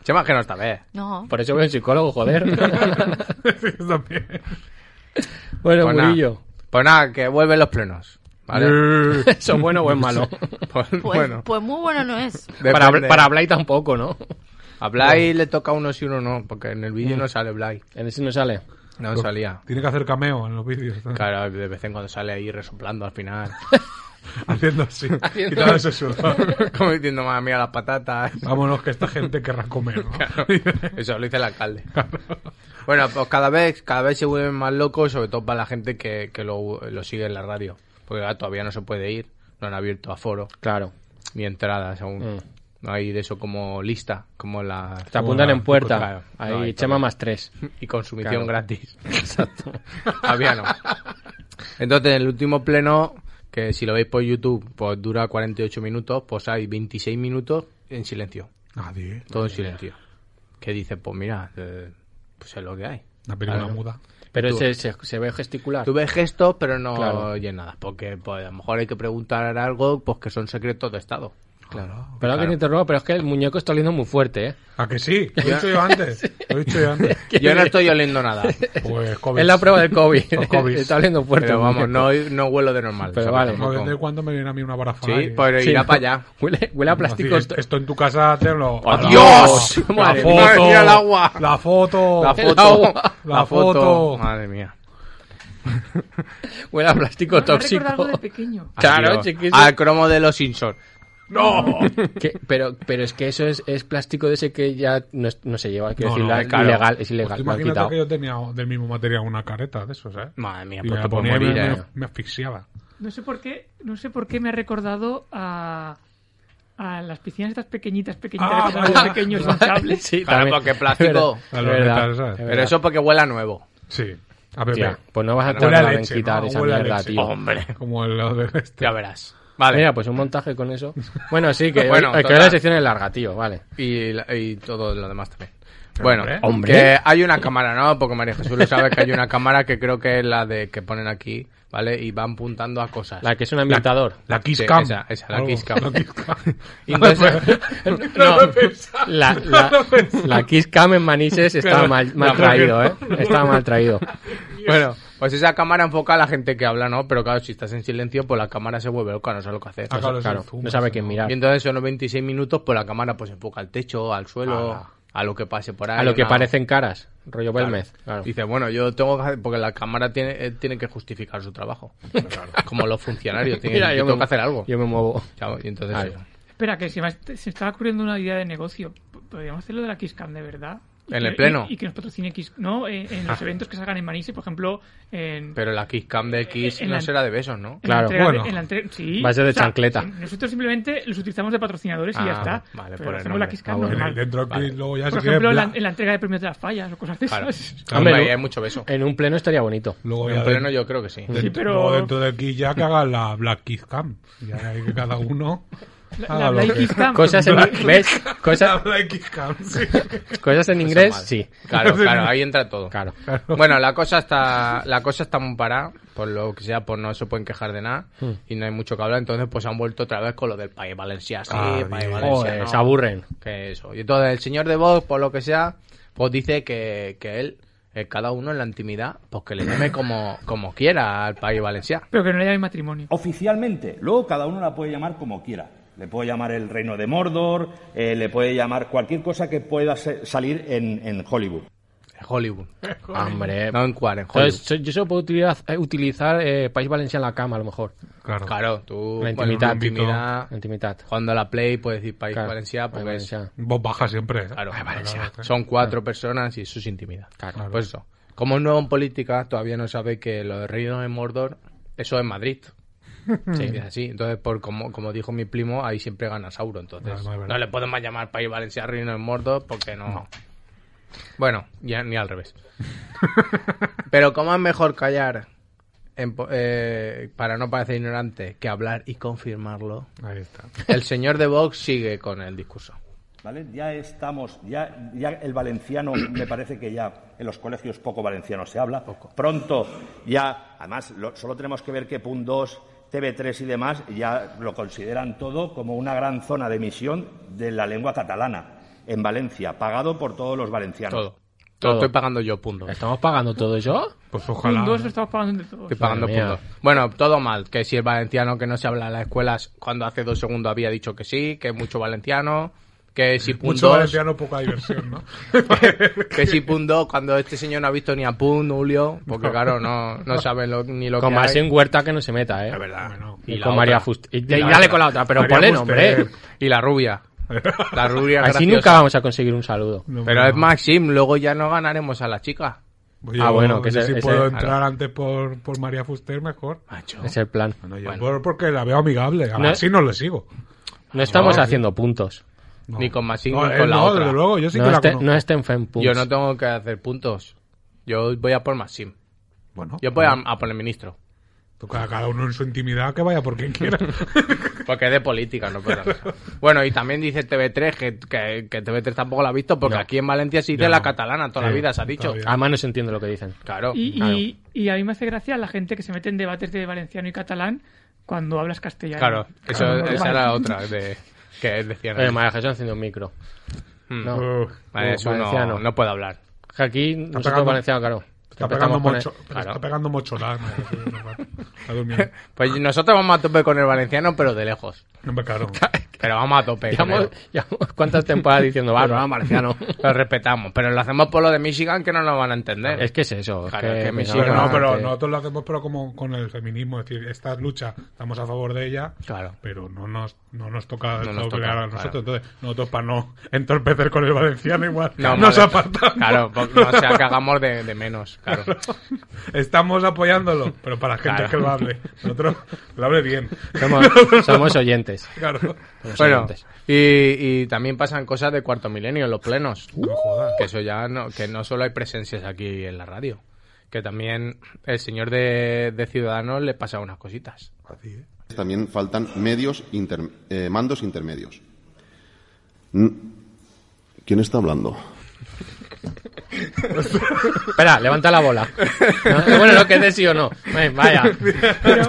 [SPEAKER 7] Chema, que no esta vez.
[SPEAKER 6] No.
[SPEAKER 3] Por eso voy al psicólogo, joder.
[SPEAKER 5] Yo también.
[SPEAKER 3] bueno,
[SPEAKER 7] Pues nada.
[SPEAKER 3] Murillo.
[SPEAKER 7] Pues nada, que vuelven los plenos. ¿Vale?
[SPEAKER 5] Eh,
[SPEAKER 3] ¿Eso es bueno o es malo?
[SPEAKER 7] Pues,
[SPEAKER 6] Pues,
[SPEAKER 7] bueno.
[SPEAKER 6] pues muy bueno no es.
[SPEAKER 3] para,
[SPEAKER 7] depende.
[SPEAKER 3] para Blay tampoco, ¿no?
[SPEAKER 7] A Blay le toca uno sí, uno no. Porque en el vídeo no sale Blay.
[SPEAKER 3] En ese no sale.
[SPEAKER 7] No salía.
[SPEAKER 5] Tiene que hacer cameo en los vídeos. ¿no?
[SPEAKER 7] Claro, de vez en cuando sale ahí resoplando al final.
[SPEAKER 5] Haciendo así. Quitando ese sudor.
[SPEAKER 7] Como diciendo, madre mía, las patatas.
[SPEAKER 5] Vámonos, que esta gente querrá comer. ¿no?
[SPEAKER 7] Eso lo dice el alcalde. Bueno, pues cada vez, cada vez se vuelven más locos, sobre todo para la gente que, que lo, lo sigue en la radio. Porque ah, todavía no se puede ir, no han abierto aforo,
[SPEAKER 3] Claro.
[SPEAKER 7] ni entradas aún.
[SPEAKER 3] Mm.
[SPEAKER 7] No hay de eso como lista, como la...
[SPEAKER 3] Te apuntan en puerta.
[SPEAKER 7] Claro, no
[SPEAKER 3] Ahí,
[SPEAKER 7] hay
[SPEAKER 3] Chema
[SPEAKER 7] todavía.
[SPEAKER 3] más tres.
[SPEAKER 7] Y consumición
[SPEAKER 3] Claro.
[SPEAKER 7] gratis. Exacto. Todavía no. Entonces, el último pleno, que si lo veis por YouTube, pues dura 48 minutos, pues hay 26 minutos en silencio.
[SPEAKER 5] Nadie.
[SPEAKER 7] Todo en silencio. Que dice, pues mira, eh, pues es lo que hay.
[SPEAKER 5] La película muda.
[SPEAKER 3] Pero
[SPEAKER 7] Tú-
[SPEAKER 3] se, se, se ve gesticular.
[SPEAKER 7] Tú ves gestos, pero no
[SPEAKER 3] Claro.
[SPEAKER 7] oyes nada. Porque pues, a lo mejor hay que preguntar algo pues que son secretos de Estado. Claro.
[SPEAKER 3] Perdón que te interrumpa, pero es que el muñeco está oliendo muy fuerte, ¿eh?
[SPEAKER 5] ¿A que sí? Lo he dicho yo antes. Lo he dicho yo antes.
[SPEAKER 7] Yo no estoy oliendo nada.
[SPEAKER 5] Pues COVID.
[SPEAKER 3] Es la prueba del
[SPEAKER 5] Los
[SPEAKER 3] COVID.
[SPEAKER 5] COVID.
[SPEAKER 3] está oliendo fuerte.
[SPEAKER 7] Pero
[SPEAKER 3] el
[SPEAKER 7] vamos,
[SPEAKER 3] muñeco.
[SPEAKER 7] no, no huelo de normal.
[SPEAKER 3] Pero
[SPEAKER 7] ¿sabes?
[SPEAKER 3] vale.
[SPEAKER 5] No,
[SPEAKER 7] Tampoco.
[SPEAKER 5] ¿Desde cuándo me viene a mí una barafana?
[SPEAKER 7] Sí, pero
[SPEAKER 3] Sí,
[SPEAKER 7] irá
[SPEAKER 3] ¿no?
[SPEAKER 7] para allá.
[SPEAKER 3] Huele, huele a plástico.
[SPEAKER 5] Así, esto en tu casa te lo...
[SPEAKER 7] ¡Adiós!
[SPEAKER 5] La
[SPEAKER 7] Madre
[SPEAKER 5] foto,
[SPEAKER 7] mía, mira el agua.
[SPEAKER 5] La foto.
[SPEAKER 7] La
[SPEAKER 3] El
[SPEAKER 7] foto.
[SPEAKER 3] agua.
[SPEAKER 5] La foto.
[SPEAKER 7] Madre mía.
[SPEAKER 3] Huele a plástico
[SPEAKER 4] Me recuerda
[SPEAKER 3] tóxico.
[SPEAKER 4] algo de pequeño.
[SPEAKER 3] Claro, Ah,
[SPEAKER 7] Adiós.
[SPEAKER 3] chiquito.
[SPEAKER 7] Al cromo de los Simpsons.
[SPEAKER 5] ¡No!
[SPEAKER 3] Que- pero, pero es que eso es, es plástico de ese que ya no, es- no se lleva. Quiero
[SPEAKER 5] No,
[SPEAKER 3] decir,
[SPEAKER 5] no,
[SPEAKER 3] la-
[SPEAKER 5] es claro.
[SPEAKER 3] ilegal, es
[SPEAKER 5] Pues
[SPEAKER 3] ilegal.
[SPEAKER 5] tú
[SPEAKER 3] lo han
[SPEAKER 5] imagínate
[SPEAKER 3] quitado.
[SPEAKER 5] que yo tenía del mismo material una careta de esos, ¿eh?
[SPEAKER 7] Madre mía,
[SPEAKER 5] Y
[SPEAKER 7] pues te
[SPEAKER 5] me la
[SPEAKER 7] puedes
[SPEAKER 5] ponía y me,
[SPEAKER 7] morir,
[SPEAKER 5] me-
[SPEAKER 7] eh.
[SPEAKER 5] me asfixiaba.
[SPEAKER 4] No sé por qué, no sé por qué me ha recordado a, a las piscinas estas pequeñitas, pequeñitas,
[SPEAKER 5] Ah,
[SPEAKER 4] que son
[SPEAKER 5] vale.
[SPEAKER 4] pequeños hinchables.
[SPEAKER 3] Sí,
[SPEAKER 7] Claro,
[SPEAKER 3] también.
[SPEAKER 7] porque plástico.
[SPEAKER 3] Es verdad,
[SPEAKER 5] A los
[SPEAKER 3] es verdad,
[SPEAKER 5] metal, ¿sabes?
[SPEAKER 3] es
[SPEAKER 7] Pero
[SPEAKER 3] verdad.
[SPEAKER 7] eso porque huela nuevo.
[SPEAKER 5] Sí. A ver,
[SPEAKER 3] Tía, pues no vas a
[SPEAKER 5] Huele a
[SPEAKER 3] tardar en
[SPEAKER 5] leche,
[SPEAKER 3] quitar
[SPEAKER 5] ¿no?
[SPEAKER 3] esa
[SPEAKER 5] Huele a
[SPEAKER 3] mierda,
[SPEAKER 5] leche.
[SPEAKER 3] tío.
[SPEAKER 7] Hombre.
[SPEAKER 5] Como el lo de este.
[SPEAKER 7] Ya verás. Vale.
[SPEAKER 3] Mira, pues un montaje con eso. Bueno, sí, que,
[SPEAKER 7] Bueno,
[SPEAKER 3] eh, que
[SPEAKER 7] total.
[SPEAKER 3] la sección es larga, tío, vale.
[SPEAKER 7] Y, la- y todo lo demás también. Bueno,
[SPEAKER 5] Hombre.
[SPEAKER 3] Hombre.
[SPEAKER 7] que hay una cámara, ¿no? Porque María Jesús lo sabe que hay una cámara que creo que es la de que ponen aquí, ¿vale? Y van apuntando a cosas.
[SPEAKER 3] La que es un ambientador.
[SPEAKER 5] La Kiss
[SPEAKER 7] Sí,
[SPEAKER 5] Cam.
[SPEAKER 7] esa- esa, la
[SPEAKER 5] Algo.
[SPEAKER 7] Kiss Cam.
[SPEAKER 5] La Kiss Cam.
[SPEAKER 7] Y entonces-
[SPEAKER 5] No lo he pensado,
[SPEAKER 3] la,
[SPEAKER 5] no
[SPEAKER 3] la,
[SPEAKER 5] lo he pensado.
[SPEAKER 3] la Kiss Cam en Manises estaba
[SPEAKER 5] Claro,
[SPEAKER 3] mal, mal
[SPEAKER 5] no,
[SPEAKER 3] traído, ¿eh?
[SPEAKER 5] porque no.
[SPEAKER 3] Estaba mal traído.
[SPEAKER 7] Bueno, pues esa cámara enfoca a la gente que habla, ¿no? Pero claro, si estás en silencio, pues la cámara se vuelve loca, no sabe lo que hacer.
[SPEAKER 5] Ah, claro,
[SPEAKER 3] Claro,
[SPEAKER 5] eso es
[SPEAKER 3] no
[SPEAKER 5] un-
[SPEAKER 3] sabe quién mirar.
[SPEAKER 7] Y entonces son los 26 minutos, pues la cámara pues enfoca al techo, al suelo,
[SPEAKER 3] Ah.
[SPEAKER 7] a lo que pase por ahí.
[SPEAKER 3] A lo que
[SPEAKER 7] una-
[SPEAKER 3] parecen caras. Rollo Belmez. Claro.
[SPEAKER 7] Dice, bueno, yo tengo que hacer, porque la cámara tiene, eh, tiene que justificar su trabajo. Como los funcionarios, tienen,
[SPEAKER 3] Mira,
[SPEAKER 7] yo,
[SPEAKER 3] yo
[SPEAKER 7] tengo
[SPEAKER 3] me-
[SPEAKER 7] que hacer algo.
[SPEAKER 3] Yo me muevo.
[SPEAKER 7] Chao, y entonces,
[SPEAKER 3] Ahí.
[SPEAKER 7] eh,
[SPEAKER 4] Espera, que se me, ha- se está ocurriendo una idea de negocio. P- Podríamos hacerlo de la KissCam de verdad. Y
[SPEAKER 7] ¿En
[SPEAKER 4] que-
[SPEAKER 7] el pleno?
[SPEAKER 4] Y, y que nos patrocine Kiss. No, eh, en, en los eventos que salgan en Manise, por ejemplo, en.
[SPEAKER 7] pero la Kiss Cam de Kiss
[SPEAKER 4] En
[SPEAKER 7] no
[SPEAKER 4] la-
[SPEAKER 7] será de besos, ¿no?
[SPEAKER 4] en la
[SPEAKER 3] claro,
[SPEAKER 4] entrega de-
[SPEAKER 5] bueno.
[SPEAKER 4] en la entre- sí,
[SPEAKER 3] Va a ser de
[SPEAKER 4] o sea,
[SPEAKER 3] chancleta.
[SPEAKER 4] sí, Nosotros simplemente los utilizamos de patrocinadores y
[SPEAKER 7] Ah,
[SPEAKER 4] ya está.
[SPEAKER 7] vale,
[SPEAKER 4] Pero
[SPEAKER 7] por el
[SPEAKER 4] hacemos la
[SPEAKER 7] nombre.
[SPEAKER 4] Kiss Cam
[SPEAKER 7] Ah, bueno.
[SPEAKER 4] normal.
[SPEAKER 5] Dentro aquí
[SPEAKER 7] Vale.
[SPEAKER 5] luego ya
[SPEAKER 4] Por
[SPEAKER 5] se quiere
[SPEAKER 4] ejemplo, en la,
[SPEAKER 5] bla.
[SPEAKER 4] en la entrega de premios de las fallas o cosas de
[SPEAKER 7] Claro.
[SPEAKER 4] esas.
[SPEAKER 7] Hombre,
[SPEAKER 3] Hombre,
[SPEAKER 7] ahí
[SPEAKER 3] no-
[SPEAKER 7] hay mucho beso.
[SPEAKER 3] En un pleno estaría bonito.
[SPEAKER 5] Luego
[SPEAKER 7] En
[SPEAKER 5] ya
[SPEAKER 7] pleno
[SPEAKER 5] de-
[SPEAKER 7] yo creo que sí.
[SPEAKER 4] Sí, pero-
[SPEAKER 5] luego dentro de aquí ya que haga la Black Kiss Cam. Ya hay que cada uno
[SPEAKER 4] La,
[SPEAKER 5] haga
[SPEAKER 4] la
[SPEAKER 5] lo
[SPEAKER 4] Black
[SPEAKER 5] que-
[SPEAKER 4] Kiss Cam.
[SPEAKER 3] Cosas en, ¿ves?
[SPEAKER 5] La
[SPEAKER 3] Cosas,
[SPEAKER 5] Black Kiss Cam, sí.
[SPEAKER 3] cosas en inglés, sí.
[SPEAKER 7] Claro, claro, ahí entra todo.
[SPEAKER 3] Claro.
[SPEAKER 7] Bueno, la cosa está la cosa está muy parada, por lo que sea, pues no se pueden quejar de nada
[SPEAKER 3] Hmm.
[SPEAKER 7] y no hay mucho que hablar, entonces pues han vuelto otra vez con lo del país Valencia, sí,
[SPEAKER 5] Ah,
[SPEAKER 7] país
[SPEAKER 5] bien.
[SPEAKER 7] Valencia,
[SPEAKER 3] Joder,
[SPEAKER 7] no,
[SPEAKER 3] se aburren.
[SPEAKER 7] que eso. Y entonces el señor de Vox, por lo que sea, pues dice que, que él, eh, cada uno en la intimidad, pues que le llame como, como quiera al país Valencia.
[SPEAKER 4] Pero que no le llame matrimonio.
[SPEAKER 10] Oficialmente. Luego cada uno la puede llamar como quiera. Le puede llamar el Reino de Mordor, eh, le puede llamar cualquier cosa que pueda se- salir en, en Hollywood.
[SPEAKER 7] Hollywood.
[SPEAKER 3] Hombre.
[SPEAKER 7] No en Cuar, en Hollywood.
[SPEAKER 3] Eh, Entonces, yo solo puedo utilizar, eh, utilizar eh, País Valencia en la cama, a lo mejor.
[SPEAKER 5] Claro.
[SPEAKER 7] Claro, tú
[SPEAKER 3] La
[SPEAKER 7] bueno,
[SPEAKER 3] intimidad.
[SPEAKER 7] intimidad,
[SPEAKER 3] Intimidad.
[SPEAKER 7] Cuando la play puedes decir país
[SPEAKER 3] Claro.
[SPEAKER 7] Ah. Valencia, pues,
[SPEAKER 3] País
[SPEAKER 7] porque es-
[SPEAKER 3] Valencià.
[SPEAKER 5] Vos baja siempre. ¿eh?
[SPEAKER 7] Claro,
[SPEAKER 5] Ay, Valencia.
[SPEAKER 7] Son cuatro personas y eso es intimidad.
[SPEAKER 3] Claro.
[SPEAKER 7] Pues eso. Como es nuevo en política, todavía no sabe que lo de Reino de Mordor, eso es Madrid. Sí, es así. Entonces, por como, como dijo mi primo, ahí siempre gana Sauro. Entonces,
[SPEAKER 5] Vale,
[SPEAKER 7] no,
[SPEAKER 5] vale, vale.
[SPEAKER 7] le podemos llamar País Valencia Reino de Mordor porque no. Bueno, ya, ni al revés. Pero, ¿cómo es mejor callar en po- eh, para no parecer ignorante que hablar y confirmarlo?
[SPEAKER 5] Ahí está.
[SPEAKER 7] El señor de Vox sigue con el discurso.
[SPEAKER 10] ¿Vale? Ya estamos, ya, ya el valenciano, me parece que ya en los colegios poco valenciano se habla. Pronto, ya, además, lo- solo tenemos que ver que PUN 2, TV3 y demás ya lo consideran todo como una gran zona de emisión de la lengua catalana en Valencia, pagado por todos los valencianos.
[SPEAKER 7] Todo.
[SPEAKER 3] Todo.
[SPEAKER 7] Todo. Estoy pagando yo, punto.
[SPEAKER 3] ¿Estamos pagando todo eso?
[SPEAKER 5] Pues
[SPEAKER 4] Un
[SPEAKER 5] ojalá.
[SPEAKER 4] dos lo estamos pagando entre todos.
[SPEAKER 7] Estoy pagando
[SPEAKER 3] Madre mía.
[SPEAKER 7] puntos. Bueno, todo mal. Que si el valenciano que no se habla en las escuelas, cuando hace dos segundos había dicho que sí, que mucho valenciano, que si puntos.
[SPEAKER 5] Mucho valenciano, poca diversión, ¿no?
[SPEAKER 7] Que si punto, cuando este señor no ha visto ni a Pun, Julio, porque claro, no, no sabe lo- ni lo
[SPEAKER 3] Con
[SPEAKER 7] que
[SPEAKER 3] más
[SPEAKER 7] hay.
[SPEAKER 3] en Huerta que no se meta, ¿eh?
[SPEAKER 7] Es verdad.
[SPEAKER 3] Y,
[SPEAKER 7] la
[SPEAKER 3] con
[SPEAKER 7] otra.
[SPEAKER 3] María Fuster. Y, y
[SPEAKER 5] la
[SPEAKER 3] dale
[SPEAKER 5] otra.
[SPEAKER 3] con la otra, pero
[SPEAKER 5] María
[SPEAKER 3] ponle
[SPEAKER 5] Fuster.
[SPEAKER 3] nombre.
[SPEAKER 7] eh. Y la rubia. La rubia
[SPEAKER 3] Así
[SPEAKER 7] graciosa.
[SPEAKER 3] nunca vamos a conseguir un saludo.
[SPEAKER 5] No,
[SPEAKER 7] Pero
[SPEAKER 5] no.
[SPEAKER 7] es Maxim, luego ya no ganaremos a la chica.
[SPEAKER 5] Oye,
[SPEAKER 3] Ah, bueno, que
[SPEAKER 5] yo
[SPEAKER 3] ese-
[SPEAKER 5] si
[SPEAKER 3] ese-
[SPEAKER 5] puedo
[SPEAKER 3] claro.
[SPEAKER 5] entrar antes por, por María Fuster, mejor.
[SPEAKER 7] Macho.
[SPEAKER 3] Es el plan.
[SPEAKER 5] Bueno, yo por- porque la veo amigable.
[SPEAKER 3] No-
[SPEAKER 5] Así no le sigo.
[SPEAKER 3] No estamos haciendo puntos.
[SPEAKER 5] No.
[SPEAKER 7] Ni con Maxim
[SPEAKER 5] No,
[SPEAKER 7] ni
[SPEAKER 5] eh,
[SPEAKER 7] con la
[SPEAKER 5] no,
[SPEAKER 7] otra.
[SPEAKER 5] desde luego, yo sí
[SPEAKER 3] no,
[SPEAKER 5] que la
[SPEAKER 3] este,
[SPEAKER 5] conozco.
[SPEAKER 3] no estén fan punts.
[SPEAKER 7] Yo no tengo que hacer puntos. Yo voy a por Maxim.
[SPEAKER 5] Bueno,
[SPEAKER 7] Yo voy a, a por el ministro.
[SPEAKER 5] tú cada, cada uno en su intimidad que vaya por quien quiera.
[SPEAKER 7] Porque es de política, no por otra cosa. Bueno, y también dice TV3 que, que, que TV3 tampoco la ha visto, porque aquí en Valencia se dice
[SPEAKER 5] Ya
[SPEAKER 7] la
[SPEAKER 5] no.
[SPEAKER 7] catalana toda la
[SPEAKER 5] Sí,
[SPEAKER 7] vida, se ha dicho.
[SPEAKER 5] todavía.
[SPEAKER 3] Además no se entiende lo que dicen.
[SPEAKER 7] Claro.
[SPEAKER 4] Y,
[SPEAKER 7] Claro.
[SPEAKER 4] y- y a mí me hace gracia la gente que se mete en debates de valenciano y catalán cuando hablas castellano.
[SPEAKER 7] Claro, eso,
[SPEAKER 4] Claro,
[SPEAKER 7] esa
[SPEAKER 4] normal.
[SPEAKER 7] era otra de, que decían.
[SPEAKER 3] Eh, María Jesús haciendo un micro.
[SPEAKER 7] Mm.
[SPEAKER 3] No.
[SPEAKER 5] Uh,
[SPEAKER 7] Vale, eso
[SPEAKER 3] valenciano.
[SPEAKER 7] no, no puede hablar.
[SPEAKER 3] Que Aquí nosotros
[SPEAKER 5] pegando-
[SPEAKER 3] valencianos, claro.
[SPEAKER 5] Está
[SPEAKER 7] Pues
[SPEAKER 3] empezamos
[SPEAKER 5] pegando,
[SPEAKER 3] a poner-
[SPEAKER 5] mocho, pero
[SPEAKER 3] claro.
[SPEAKER 5] está pegando mocholar. madre, sí, no, vale. Está durmiendo.
[SPEAKER 7] Pues nosotros vamos a tope con el valenciano, pero de lejos.
[SPEAKER 5] No me caro.
[SPEAKER 7] Pero vamos a tope. con
[SPEAKER 3] Llevamos,
[SPEAKER 7] él.
[SPEAKER 3] llevamos cuántas temporadas diciendo, va, no, marciano.
[SPEAKER 7] Lo respetamos, pero lo hacemos por lo de Michigan que no lo van a entender.
[SPEAKER 3] Es que es eso.
[SPEAKER 7] Claro,
[SPEAKER 3] es
[SPEAKER 7] es
[SPEAKER 3] que
[SPEAKER 7] que me
[SPEAKER 3] pensaba
[SPEAKER 7] sigue-
[SPEAKER 3] que
[SPEAKER 5] Pero no,
[SPEAKER 3] era
[SPEAKER 5] pero
[SPEAKER 3] que-
[SPEAKER 5] nosotros lo hacemos pero como con el feminismo, es decir, esta lucha estamos a favor de ella,
[SPEAKER 7] Claro.
[SPEAKER 5] pero no nos, no nos toca
[SPEAKER 7] No nos
[SPEAKER 5] obligar
[SPEAKER 7] toca,
[SPEAKER 5] a nosotros,
[SPEAKER 7] claro.
[SPEAKER 5] entonces nosotros para no entorpecer con el valenciano igual nos
[SPEAKER 7] madre.
[SPEAKER 5] apartamos.
[SPEAKER 7] Claro, pues no sea que hagamos de, de menos. Claro.
[SPEAKER 5] Estamos apoyándolo, pero para la gente
[SPEAKER 7] Claro.
[SPEAKER 5] que lo hable, nosotros lo hable bien.
[SPEAKER 3] Somos, somos oyentes.
[SPEAKER 5] Claro.
[SPEAKER 3] Somos
[SPEAKER 7] Bueno,
[SPEAKER 3] oyentes.
[SPEAKER 7] y, y también pasan cosas de cuarto milenio, los plenos.
[SPEAKER 5] No jodas.
[SPEAKER 7] Que eso ya no, que no solo hay presencias aquí en la radio, que también el señor de, de Ciudadanos le pasa unas cositas.
[SPEAKER 5] Así, ¿eh?
[SPEAKER 10] También faltan medios, eh, mandos intermedios. ¿Quién está hablando?
[SPEAKER 3] Espera, levanta la bola. No, bueno, no que dé sí o no. Eh, Vaya.
[SPEAKER 4] Pero,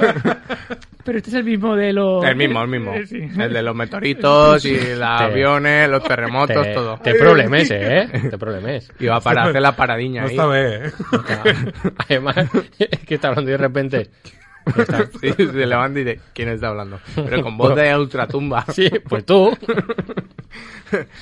[SPEAKER 4] pero este es el mismo de los...
[SPEAKER 7] El mismo, el mismo.
[SPEAKER 4] Eh, sí.
[SPEAKER 7] El de los meteoritos y los aviones, los terremotos,
[SPEAKER 3] Te,
[SPEAKER 7] todo.
[SPEAKER 3] eh, te problemes, ¿eh? Te problemes.
[SPEAKER 7] Y va para hacer la paradiña
[SPEAKER 5] No
[SPEAKER 7] ahí.
[SPEAKER 5] está bien, ¿eh?
[SPEAKER 3] Además, es que está hablando y de repente.
[SPEAKER 7] Sí, se levanta y dice, ¿quién está hablando? Pero con voz de ultratumba.
[SPEAKER 3] Sí, pues tú.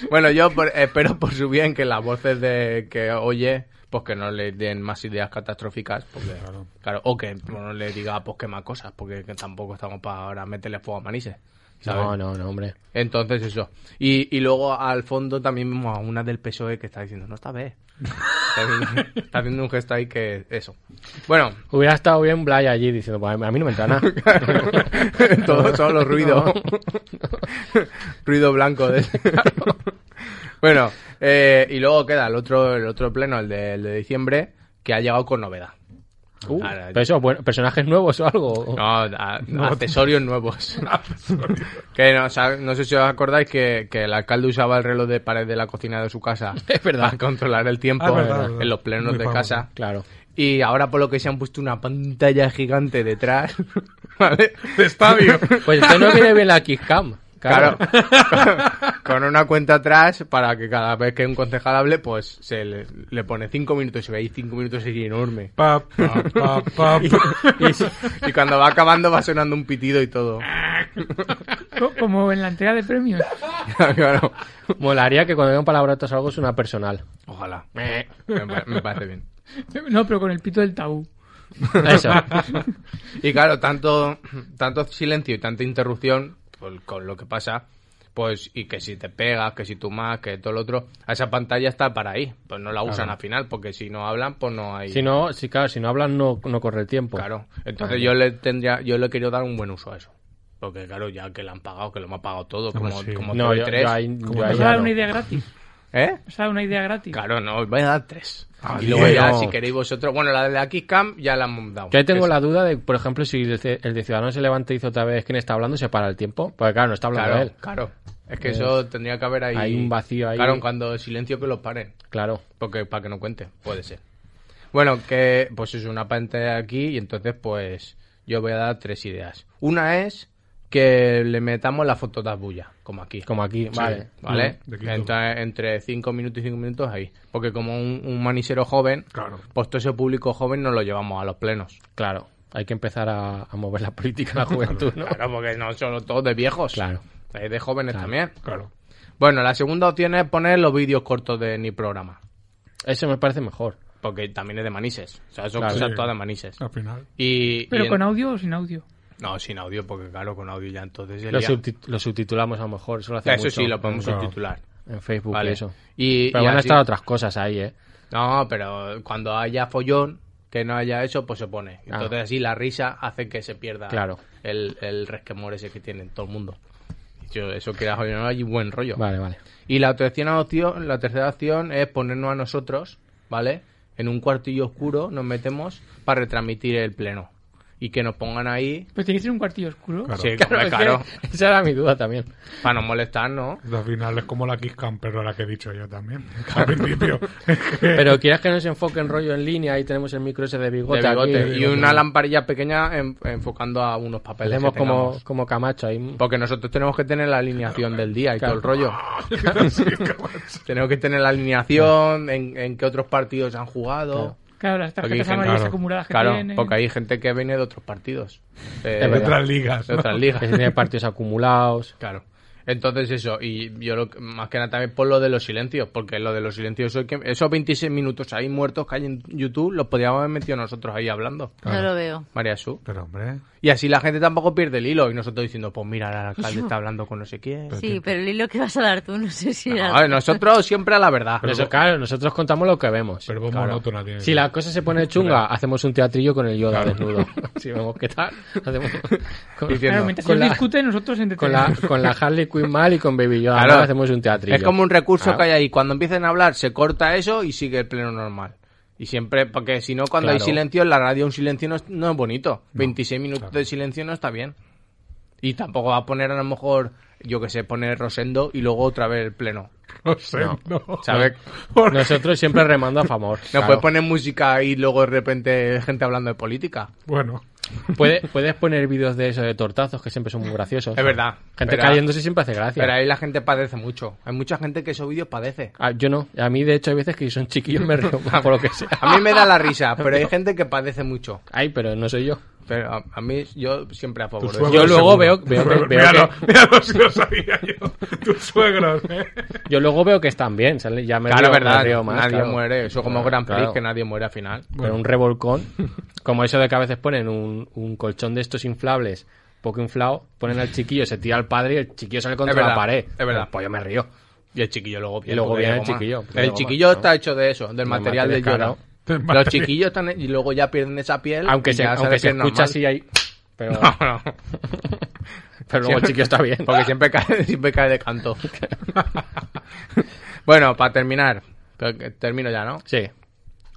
[SPEAKER 7] Bueno, yo por- espero por su bien que las voces de que oye, pues que no le den más ideas catastróficas, porque, claro. o que no le diga pues quema cosas, porque que tampoco estamos para ahora meterle fuego a manises. ¿sabes?
[SPEAKER 3] No, no, no, hombre.
[SPEAKER 7] Entonces eso. Y, y luego al fondo también vemos a una del PSOE E que está diciendo, no está B. Está haciendo- está haciendo un gesto ahí que eso. Bueno,
[SPEAKER 3] Hubiera estado bien Blay allí diciendo, pues a mí no me entra nada.
[SPEAKER 7] Todo, solo ruido. ruido blanco de Bueno, eh, y luego queda el otro, el otro pleno, el de, el de diciembre, que ha llegado con novedad.
[SPEAKER 3] Uh,
[SPEAKER 7] Ahora-
[SPEAKER 3] pero eso, bueno, personajes nuevos o algo.
[SPEAKER 7] No, a- accesorios nuevos. que no, o sea, no sé si os acordáis que, que el alcalde usaba el reloj de pared de la cocina de su casa
[SPEAKER 3] Es verdad.
[SPEAKER 7] para controlar el tiempo
[SPEAKER 5] Ah, es verdad,
[SPEAKER 7] en
[SPEAKER 5] verdad.
[SPEAKER 7] los plenos
[SPEAKER 5] Muy
[SPEAKER 7] de
[SPEAKER 5] famoso.
[SPEAKER 7] casa.
[SPEAKER 3] Claro.
[SPEAKER 7] Y ahora por lo que se han puesto una pantalla gigante detrás, ¿vale?
[SPEAKER 5] De estadio.
[SPEAKER 3] Pues usted no viene bien la Kisscam.
[SPEAKER 7] Claro.
[SPEAKER 3] Claro.
[SPEAKER 7] Con una cuenta atrás para que cada vez que un concejal hable, pues se le, le pone cinco minutos y veis cinco minutos y enorme.
[SPEAKER 5] Pa, pa, pa, pa, pa.
[SPEAKER 7] Y cuando va acabando va sonando un pitido y todo.
[SPEAKER 4] Co- Como en la entrega de premios.
[SPEAKER 7] Claro.
[SPEAKER 3] Molaría que cuando digan palabrotas o algo es una personal.
[SPEAKER 7] Ojalá. Me, pa- me parece bien.
[SPEAKER 4] No, pero con el pito del tabú.
[SPEAKER 3] Eso.
[SPEAKER 7] Y claro, tanto, tanto silencio y tanta interrupción pues, con lo que pasa, pues, y que si te pegas, que si tú más, que todo lo otro, a esa pantalla está para ahí. Pues no la usan al final, porque si no hablan, pues no hay.
[SPEAKER 3] Si no, si, claro, si no hablan, no, no corre el tiempo.
[SPEAKER 7] Claro, entonces yo le tendría, yo le quiero dar un buen uso a eso. Porque claro, ya que le han pagado, que lo hemos pagado todo, como,
[SPEAKER 5] sí.
[SPEAKER 7] como
[SPEAKER 3] No, yo,
[SPEAKER 7] TV3.
[SPEAKER 3] yo ahí- yo ahí ya
[SPEAKER 4] Os voy a dar
[SPEAKER 3] no.
[SPEAKER 4] una idea gratis.
[SPEAKER 7] ¿Eh?
[SPEAKER 4] Os voy a dar una idea gratis.
[SPEAKER 7] Claro, no, voy a dar tres.
[SPEAKER 5] Ah,
[SPEAKER 7] y luego
[SPEAKER 3] bien.
[SPEAKER 7] ya,
[SPEAKER 3] No.
[SPEAKER 7] si queréis vosotros, bueno, la de la Kisscam ya la hemos dado.
[SPEAKER 3] Yo ahí tengo
[SPEAKER 7] Es-
[SPEAKER 3] la duda de, por ejemplo, si el de, el de Ciudadanos se levanta y dice otra vez quién está hablando, se para el tiempo. Porque claro, no está hablando
[SPEAKER 7] Claro,
[SPEAKER 3] él.
[SPEAKER 7] claro. Es que eso tendría que haber ahí.
[SPEAKER 3] hay un vacío ahí.
[SPEAKER 7] Claro, cuando el silencio que los paren.
[SPEAKER 3] Claro.
[SPEAKER 7] Porque para que no cuente, puede ser. Bueno, que pues es una pantalla aquí y entonces pues yo voy a dar tres ideas. Una es que le metamos la foto de bulla, como aquí.
[SPEAKER 3] Como aquí, vale.
[SPEAKER 7] ¿Vale?
[SPEAKER 5] Mm, de quinto.
[SPEAKER 7] Entonces, entre 5 minutos y 5 minutos ahí. Porque como un, un manisero joven,
[SPEAKER 5] Claro.
[SPEAKER 7] pues todo ese público joven no lo llevamos a los plenos.
[SPEAKER 3] Claro. Hay que empezar a, a mover la política de la juventud, ¿no?
[SPEAKER 7] Claro, porque no son todos de viejos.
[SPEAKER 3] Claro.
[SPEAKER 7] Hay de jóvenes también.
[SPEAKER 5] Claro.
[SPEAKER 7] Bueno, la segunda opción es poner los vídeos cortos de mi programa.
[SPEAKER 3] Eso me parece mejor.
[SPEAKER 7] Porque también es de manises. O sea, son
[SPEAKER 3] Claro.
[SPEAKER 7] cosas
[SPEAKER 5] Sí.
[SPEAKER 7] todas de manises.
[SPEAKER 5] Al final.
[SPEAKER 7] Y, y
[SPEAKER 4] ¿Pero
[SPEAKER 7] en-
[SPEAKER 4] con audio o sin audio?
[SPEAKER 7] No, sin audio, porque claro, con audio ya entonces... el
[SPEAKER 3] Lo,
[SPEAKER 7] día-
[SPEAKER 3] subti- lo subtitulamos a lo mejor. Eso lo hace
[SPEAKER 7] Eso
[SPEAKER 3] mucho.
[SPEAKER 7] sí, lo podemos
[SPEAKER 5] Claro.
[SPEAKER 7] subtitular.
[SPEAKER 3] En Facebook
[SPEAKER 7] Vale.
[SPEAKER 3] y eso.
[SPEAKER 7] Y,
[SPEAKER 3] Pero
[SPEAKER 7] y
[SPEAKER 3] van a
[SPEAKER 7] así-
[SPEAKER 3] estar otras cosas ahí, ¿eh?
[SPEAKER 7] No, pero cuando haya follón, que no haya eso, pues se pone.
[SPEAKER 3] Ah.
[SPEAKER 7] Entonces así la risa hace que se pierda
[SPEAKER 3] Claro.
[SPEAKER 7] el, el resquemor ese que tiene todo el mundo. Yo, eso quieras o no, hay buen rollo.
[SPEAKER 3] Vale, vale.
[SPEAKER 7] Y la tercera opción, la tercera opción es ponernos a nosotros, ¿vale? En un cuartillo oscuro nos metemos para retransmitir el pleno. Y que nos pongan ahí.
[SPEAKER 4] Pues tiene que ser un cuartillo oscuro.
[SPEAKER 5] Claro.
[SPEAKER 7] Sí,
[SPEAKER 3] Claro,
[SPEAKER 7] hombre,
[SPEAKER 3] es que
[SPEAKER 7] Ah, claro,
[SPEAKER 3] esa era mi duda también.
[SPEAKER 7] Para no molestar, ¿no?
[SPEAKER 5] Al final es como la Kiss Cam, pero la que he dicho yo también. Al principio.
[SPEAKER 3] Pero quieres que nos enfoque en rollo en línea, ahí tenemos el micro ese de bigote.
[SPEAKER 7] De bigote.
[SPEAKER 3] Pues aquí.
[SPEAKER 7] y pues, una lamparilla pequeña en- enfocando a unos papeles.
[SPEAKER 3] Hacemos
[SPEAKER 7] que
[SPEAKER 3] como,
[SPEAKER 7] tengamos.
[SPEAKER 3] como Camacho ahí.
[SPEAKER 7] Porque nosotros tenemos que tener la alineación del día y
[SPEAKER 3] Claro.
[SPEAKER 7] todo el rollo. tenemos que tener la alineación, en, en qué otros partidos han jugado.
[SPEAKER 4] Claro, las
[SPEAKER 7] Aquí,
[SPEAKER 4] tarjetas
[SPEAKER 7] gente,
[SPEAKER 4] amarillas
[SPEAKER 5] claro.
[SPEAKER 4] acumuladas que
[SPEAKER 7] Claro,
[SPEAKER 4] tienen.
[SPEAKER 7] porque hay gente que viene de otros partidos. Eh,
[SPEAKER 3] Es
[SPEAKER 5] de
[SPEAKER 3] verdad.
[SPEAKER 5] otras ligas.
[SPEAKER 7] de
[SPEAKER 5] ¿no?
[SPEAKER 7] otras
[SPEAKER 3] Que
[SPEAKER 7] ligas.
[SPEAKER 3] tiene partidos acumulados.
[SPEAKER 7] Claro. Entonces eso, y yo lo, que- más que nada también por lo de los silencios, porque lo de los silencios, eso que- esos 26 minutos ahí muertos que hay en YouTube, los podíamos haber metido nosotros ahí hablando,
[SPEAKER 6] No lo veo.
[SPEAKER 7] María Su.
[SPEAKER 5] Pero hombre.
[SPEAKER 7] Y así la gente tampoco pierde el hilo y nosotros diciendo, pues mira, el alcalde está hablando con no sé quién.
[SPEAKER 6] Sí, pero el hilo que vas a dar tú, no sé si era...
[SPEAKER 7] No, eh, nosotros siempre a la verdad.
[SPEAKER 3] Pero eso, claro, nosotros contamos lo que vemos.
[SPEAKER 5] Pero vos monótona tienes.
[SPEAKER 3] Si la cosa se pone chunga, hacemos un teatrillo con el Yoda desnudo. si vemos qué tal, hacemos con,
[SPEAKER 7] Diciendo,
[SPEAKER 4] Claro, mientras
[SPEAKER 3] con
[SPEAKER 4] ellos
[SPEAKER 3] la-
[SPEAKER 4] discuten, nosotros
[SPEAKER 3] con la,
[SPEAKER 4] entretenemos.
[SPEAKER 3] con la Harley Quinn mal y con Baby Yoda
[SPEAKER 7] Claro.
[SPEAKER 3] mal hacemos un teatrillo.
[SPEAKER 7] Es como un recurso
[SPEAKER 3] Claro.
[SPEAKER 7] que hay ahí. Cuando empiecen a hablar, se corta eso y sigue el pleno normal. Y siempre, porque si no, cuando hay
[SPEAKER 3] Claro.
[SPEAKER 7] silencio en la radio, un silencio no es, no es bonito. 26 minutos de silencio no está bien. Y tampoco va a poner a lo mejor, yo que sé, poner Rosendo y luego otra vez el pleno.
[SPEAKER 5] Rosendo.
[SPEAKER 7] ¿Sabes?
[SPEAKER 3] Nosotros siempre remando a favor.
[SPEAKER 7] No
[SPEAKER 3] claro.
[SPEAKER 7] puedes poner música y luego de repente gente hablando de política.
[SPEAKER 5] Bueno,
[SPEAKER 3] Puede- puedes poner vídeos de eso de tortazos que siempre son muy graciosos.
[SPEAKER 7] Es verdad.
[SPEAKER 3] Gente
[SPEAKER 7] Pero-
[SPEAKER 3] cayéndose siempre hace gracia.
[SPEAKER 7] Pero ahí la gente padece mucho. Hay mucha gente que esos vídeos padece.
[SPEAKER 3] Ah, yo no. A mí, de hecho, hay veces que son chiquillos me río por lo que sea.
[SPEAKER 7] A mí me da la risa, pero hay gente que padece mucho.
[SPEAKER 3] Ay, pero no soy yo.
[SPEAKER 7] Pero a, a mí, yo siempre a favor de
[SPEAKER 5] tus
[SPEAKER 7] eso.
[SPEAKER 5] suegros.
[SPEAKER 3] Yo luego veo-
[SPEAKER 5] seguro. Tus
[SPEAKER 3] veo que-
[SPEAKER 5] suegros.
[SPEAKER 3] veo
[SPEAKER 5] Míralo,
[SPEAKER 3] que-
[SPEAKER 5] míralo si lo sabía yo. Tus suegros, ¿eh?
[SPEAKER 3] Yo luego veo que están bien, ¿sale? Ya me
[SPEAKER 7] Claro,
[SPEAKER 3] río, me
[SPEAKER 7] verdad.
[SPEAKER 3] río más,
[SPEAKER 7] nadie
[SPEAKER 3] claro.
[SPEAKER 7] muere. Eso como
[SPEAKER 3] Claro,
[SPEAKER 7] Gran Prix,
[SPEAKER 3] claro.
[SPEAKER 7] que nadie muere al final.
[SPEAKER 3] Pero un revolcón, como eso de que a veces ponen un, un colchón de estos inflables poco inflado, ponen al chiquillo, se tira al padre y el chiquillo sale contra
[SPEAKER 7] Es verdad,
[SPEAKER 3] la pared.
[SPEAKER 7] es verdad.
[SPEAKER 3] Pues yo me río.
[SPEAKER 7] Y el chiquillo luego
[SPEAKER 3] Y luego
[SPEAKER 7] porque
[SPEAKER 3] viene
[SPEAKER 7] de
[SPEAKER 3] el
[SPEAKER 7] goma.
[SPEAKER 3] chiquillo, porque de
[SPEAKER 7] El
[SPEAKER 3] goma,
[SPEAKER 7] chiquillo
[SPEAKER 3] ¿no?
[SPEAKER 7] está hecho de eso, del
[SPEAKER 3] Del
[SPEAKER 7] material de Yoda.
[SPEAKER 3] material descarado.
[SPEAKER 5] Del
[SPEAKER 7] Los
[SPEAKER 5] material.
[SPEAKER 7] chiquillos están y luego ya pierden esa piel.
[SPEAKER 3] Aunque
[SPEAKER 7] y
[SPEAKER 3] se,
[SPEAKER 7] ya
[SPEAKER 3] aunque se
[SPEAKER 7] despiertan
[SPEAKER 3] escucha
[SPEAKER 7] mal.
[SPEAKER 3] así ahí. Pero,
[SPEAKER 7] No, no.
[SPEAKER 3] pero luego el chiquillo está bien.
[SPEAKER 7] Porque siempre cae, siempre cae de canto. bueno, para terminar, creo que termino ya, ¿no?
[SPEAKER 3] Sí.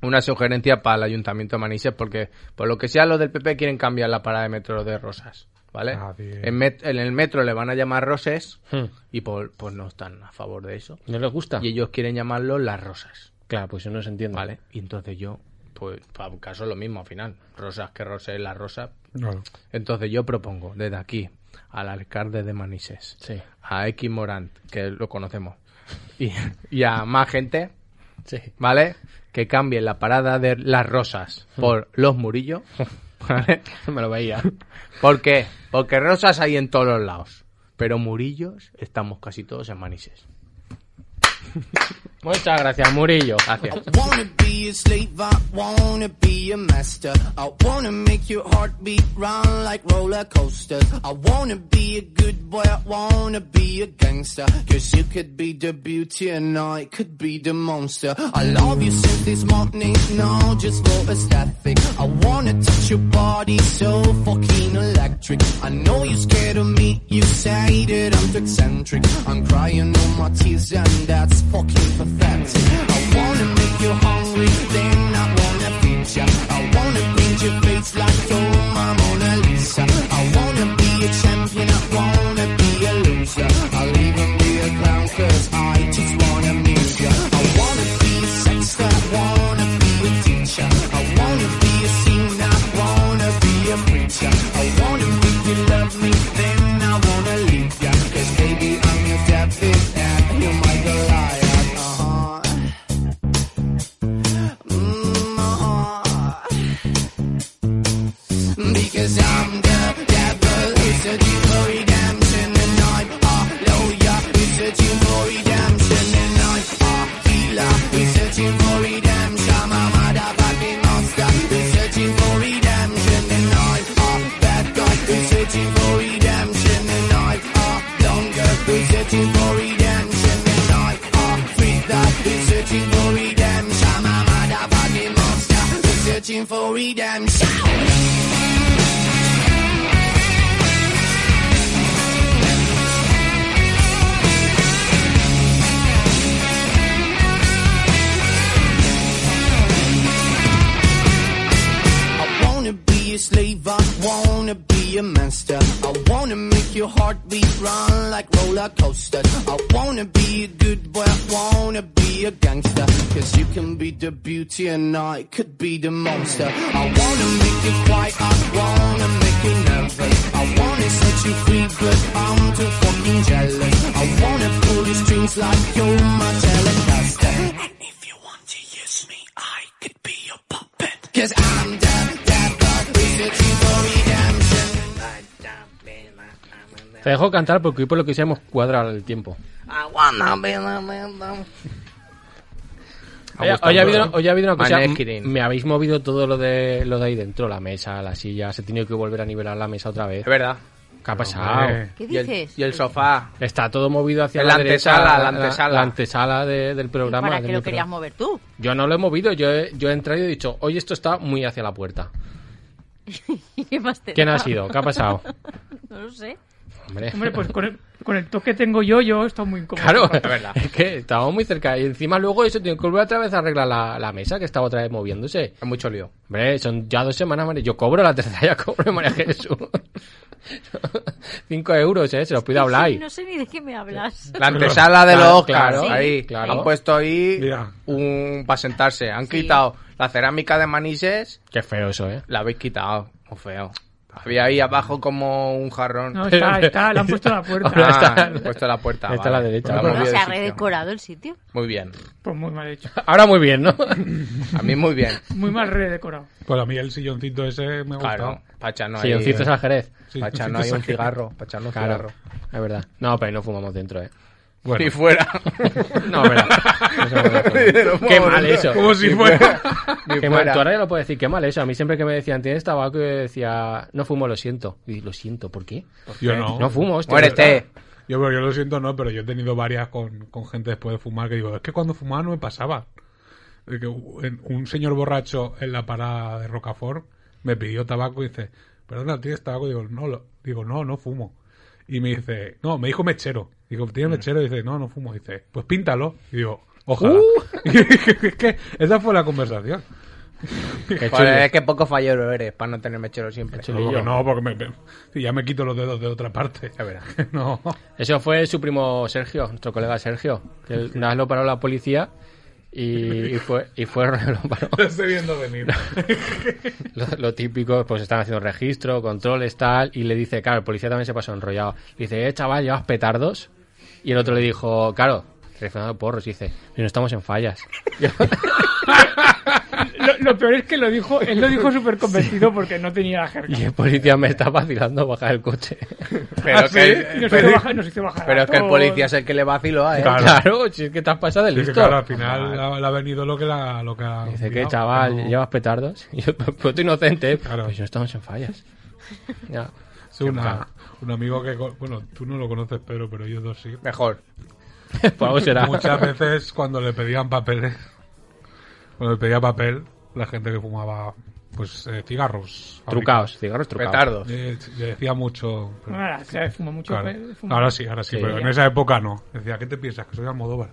[SPEAKER 7] Una sugerencia para el Ayuntamiento de Manises, porque por lo que sea, los del PP quieren cambiar la parada de metro de Rosas, ¿vale?
[SPEAKER 5] Ah, bien.
[SPEAKER 7] En, met- en el metro le van a llamar Roses
[SPEAKER 3] Hmm.
[SPEAKER 7] y por, pues no están a favor de eso.
[SPEAKER 3] ¿No les
[SPEAKER 5] Ah.
[SPEAKER 3] gusta?
[SPEAKER 7] Y ellos quieren llamarlo Las Rosas,
[SPEAKER 3] Claro, pues yo no se entiende.
[SPEAKER 7] ¿vale? Y entonces yo, pues, para caso es lo mismo al final. Rosas que Roses, Las Rosas.
[SPEAKER 5] No.
[SPEAKER 7] Entonces yo propongo desde aquí al alcalde de Manises
[SPEAKER 3] Sí.
[SPEAKER 7] a X Morant, que lo conocemos, y, y a más gente,
[SPEAKER 3] Sí.
[SPEAKER 7] ¿vale? Que cambien la parada de las rosas por los murillos, ¿vale?
[SPEAKER 3] Me lo veía.
[SPEAKER 7] ¿Por qué? Porque rosas hay en todos los lados, pero murillos estamos casi todos en Manises.
[SPEAKER 3] Muchas gracias, Murillo.
[SPEAKER 7] Gracias.
[SPEAKER 8] I wanna be a slave, I wanna be a master. I wanna make your heartbeat run like roller coasters. I wanna be a good boy, I wanna be a gangster. Cause you could be the beauty and I could be the monster. I love you since this morning, no, just for aesthetic. I wanna touch your body so fucking electric. I know you're scared of me, you say that I'm too eccentric. I'm crying all my tears and that's fucking pathetic. I wanna make you hungry, then I wanna feed ya. I wanna paint your face like oh my Mona Lisa. I wanna be a champion, I wanna be a loser. I'll even be a clown cause I just wanna amuse ya. I wanna be a sexter, I wanna be a teacher. I wanna be a singer, I wanna be a preacher. I wanna make you love me, then I wanna leave ya. Cause baby I'm your David and you're my Goliath. Uh-huh. Mm, uh-huh. Because I'm the devil, it's a due for redemption, and I'm a lawyer, it's a due for redemption, and I'm a healer, it's a due for redemption, I'm a motherfucking monster, it's a due for redemption, and I'm a bad guy, it's a due for redemption, and I'm a longer, it's a due for redemption, and I'm a freedom, it's a due for redemption, I'm a motherfucking monster, it's a due for redemption. I wanna be a slave, I wanna be a master. I wanna make your heartbeat run like roller coasters. I wanna be a good boy, I wanna be a gangster. Cause you can be the beauty and I could be the monster. I wanna make you quiet, I wanna make you nervous. I wanna set you free, but I'm too fucking jealous. I wanna pull your strings like you're my telecaster. And if you want to use me, I could be your puppet. Cause I'm the devil, researching for redemption.
[SPEAKER 3] Te dejo cantar porque hoy por lo que seamos cuadra el tiempo.
[SPEAKER 6] Ah,
[SPEAKER 3] Oye, hoy ha habido, hoy ha habido una cosa.
[SPEAKER 7] Manekirin.
[SPEAKER 3] Me habéis movido todo lo de lo de ahí dentro, la mesa, la silla. Se ha tenido que volver a nivelar la mesa otra vez.
[SPEAKER 7] Es verdad.
[SPEAKER 3] ¿Qué ha pasado?
[SPEAKER 5] hombre.
[SPEAKER 6] ¿Qué
[SPEAKER 7] Y el-
[SPEAKER 6] dices?
[SPEAKER 7] y el sofá.
[SPEAKER 3] Está todo movido hacia
[SPEAKER 7] Es
[SPEAKER 3] la,
[SPEAKER 7] la
[SPEAKER 3] derecha,
[SPEAKER 7] antesala, la
[SPEAKER 3] la
[SPEAKER 7] antesala.
[SPEAKER 3] la antesala de- del
[SPEAKER 6] ¿Y
[SPEAKER 3] programa.
[SPEAKER 6] ¿Para
[SPEAKER 3] de
[SPEAKER 6] qué
[SPEAKER 3] mi
[SPEAKER 6] lo querías
[SPEAKER 3] pro-
[SPEAKER 6] mover tú?
[SPEAKER 3] Yo no lo he movido, yo he, yo he entrado y he dicho, oye, esto está muy hacia la puerta.
[SPEAKER 6] ¿Qué más te
[SPEAKER 3] ¿Quién
[SPEAKER 6] da?
[SPEAKER 3] ha sido? ¿Qué ha pasado?
[SPEAKER 6] No lo sé.
[SPEAKER 3] Hombre,
[SPEAKER 4] Hombre, pues con el, con el toque que tengo yo, yo he estado muy incómodo.
[SPEAKER 3] claro,
[SPEAKER 7] es verdad.
[SPEAKER 3] es que estábamos muy cerca. Y encima luego eso, tengo que volver otra vez a arreglar la, la mesa que estaba otra vez moviéndose.
[SPEAKER 7] Es mucho lío.
[SPEAKER 3] Hombre, son ya dos semanas, María. Yo cobro la tercera, ya cobro, María Jesús. Cinco euros, ¿eh? Se los pide a Blay.
[SPEAKER 6] No sé ni de qué me hablas.
[SPEAKER 7] La antesala de los
[SPEAKER 3] Claro,
[SPEAKER 7] Oscars,
[SPEAKER 3] claro,
[SPEAKER 7] ahí.
[SPEAKER 3] claro.
[SPEAKER 7] Han puesto ahí
[SPEAKER 5] Ya.
[SPEAKER 7] un para sentarse. Han quitado la cerámica de Manises,
[SPEAKER 3] Qué feo eso, ¿eh?
[SPEAKER 7] la habéis quitado. Muy feo. Había ahí abajo como un jarrón.
[SPEAKER 4] No, está, está, la han puesto a la
[SPEAKER 7] Ah,
[SPEAKER 4] puerta.
[SPEAKER 3] está-
[SPEAKER 7] han puesto la puerta.
[SPEAKER 3] está a la derecha.
[SPEAKER 7] La han
[SPEAKER 6] Bueno,
[SPEAKER 7] movido
[SPEAKER 6] se
[SPEAKER 7] de
[SPEAKER 6] ha
[SPEAKER 7] sitio.
[SPEAKER 6] redecorado el sitio.
[SPEAKER 7] Muy bien.
[SPEAKER 4] Pues muy mal hecho.
[SPEAKER 3] Ahora muy bien, ¿no?
[SPEAKER 7] A mí muy bien.
[SPEAKER 4] Muy mal redecorado.
[SPEAKER 5] Pues a mí el silloncito ese me ha
[SPEAKER 7] Claro.
[SPEAKER 5] gustado.
[SPEAKER 7] Pacha no hay.
[SPEAKER 3] Silloncitos al Jerez.
[SPEAKER 5] Sí,
[SPEAKER 7] Pacha
[SPEAKER 5] sí,
[SPEAKER 7] no hay
[SPEAKER 5] sí,
[SPEAKER 7] un
[SPEAKER 5] sí.
[SPEAKER 7] cigarro. Pacha no un
[SPEAKER 3] Claro,
[SPEAKER 7] cigarro.
[SPEAKER 3] es verdad. No, pero no fumamos dentro, ¿eh?
[SPEAKER 5] Bueno,
[SPEAKER 7] Ni fuera.
[SPEAKER 3] No, es verdad. No se puede fumar. Qué mal eso.
[SPEAKER 5] como si fuera.
[SPEAKER 7] Ni
[SPEAKER 3] Qué mal.
[SPEAKER 7] fuera.
[SPEAKER 3] Tú ahora ya lo puedes decir, qué mal eso. A mí siempre que me decían, ¿tienes tabaco? Yo decía, no fumo, lo siento. Y lo siento, ¿por qué?
[SPEAKER 5] Yo no.
[SPEAKER 3] No fumo, hostia.
[SPEAKER 7] Muérete.
[SPEAKER 5] Yo, pero yo lo siento, no, pero yo he tenido varias con, con gente después de fumar que digo, es que cuando fumaba no me pasaba. De que un un señor borracho en la parada de Rocafort me pidió tabaco y dice, perdona, ¿tienes tabaco? Digo, no, lo- digo, no, no fumo. Y me dice, no, me dijo mechero. Digo, ¿tienes mechero? Y dice, no, no fumo. dice, pues píntalo. Y digo, ojalá. Y es que esa fue la conversación.
[SPEAKER 3] Qué
[SPEAKER 7] Joder,
[SPEAKER 3] chulo.
[SPEAKER 7] es que poco fallero eres para no tener mechero siempre.
[SPEAKER 3] Qué
[SPEAKER 5] No,
[SPEAKER 3] chulo.
[SPEAKER 5] porque no, porque me- me- si ya me quito los dedos de otra parte.
[SPEAKER 7] Es verdad.
[SPEAKER 5] No.
[SPEAKER 3] Eso fue su primo Sergio, nuestro colega Sergio, que una vez lo paró la policía y, y fue, y fue lo paró.
[SPEAKER 5] Lo estoy viendo venir.
[SPEAKER 3] Lo, lo típico, pues están haciendo registro, controles, tal, y le dice, claro, el policía también se pasó enrollado. Le dice, eh, chaval, llevas petardos. Y el otro le dijo, claro, reaccionando porros, y dice, no estamos en fallas.
[SPEAKER 4] Lo, lo peor es que lo dijo, él lo dijo súper convencido porque no tenía la jerga.
[SPEAKER 3] Y el policía me está vacilando bajar el coche.
[SPEAKER 7] Pero,
[SPEAKER 5] sí?
[SPEAKER 7] que,
[SPEAKER 4] Y nos, hizo
[SPEAKER 7] pero,
[SPEAKER 4] bajar, nos hizo bajar a
[SPEAKER 7] pero es que el
[SPEAKER 4] todos.
[SPEAKER 7] policía es el que le vaciló ¿eh?
[SPEAKER 3] Claro, si es que te has pasado de
[SPEAKER 5] Sí, que
[SPEAKER 3] listo.
[SPEAKER 5] claro, al final ha- le ha venido lo que la, lo que ha
[SPEAKER 3] Dice, ¿qué
[SPEAKER 5] pillado,
[SPEAKER 3] chaval?
[SPEAKER 5] que no-
[SPEAKER 3] ¿Llevas petardos? Y yo, pues tú inocente. ¿eh?
[SPEAKER 5] Claro.
[SPEAKER 3] Pues no estamos en fallas. Ya.
[SPEAKER 5] Sí, una- un amigo que, co- bueno, tú no lo conoces, Pedro, pero yo dos sí.
[SPEAKER 7] Mejor.
[SPEAKER 3] Pues algo será.
[SPEAKER 5] Muchas veces cuando le pedían papeles, cuando le pedía papel, la gente que fumaba, pues, eh, cigarros.
[SPEAKER 3] Trucaos, cigarros trucaos.
[SPEAKER 7] Petardos.
[SPEAKER 5] Eh, Le decía mucho... pero-
[SPEAKER 4] Bueno, ahora se fuma mucho.
[SPEAKER 5] claro.
[SPEAKER 4] eh, fuma.
[SPEAKER 5] Ahora sí, ahora sí,
[SPEAKER 3] Sí.
[SPEAKER 5] pero en esa época no. Decía, ¿qué te piensas? Que soy Almodóvar.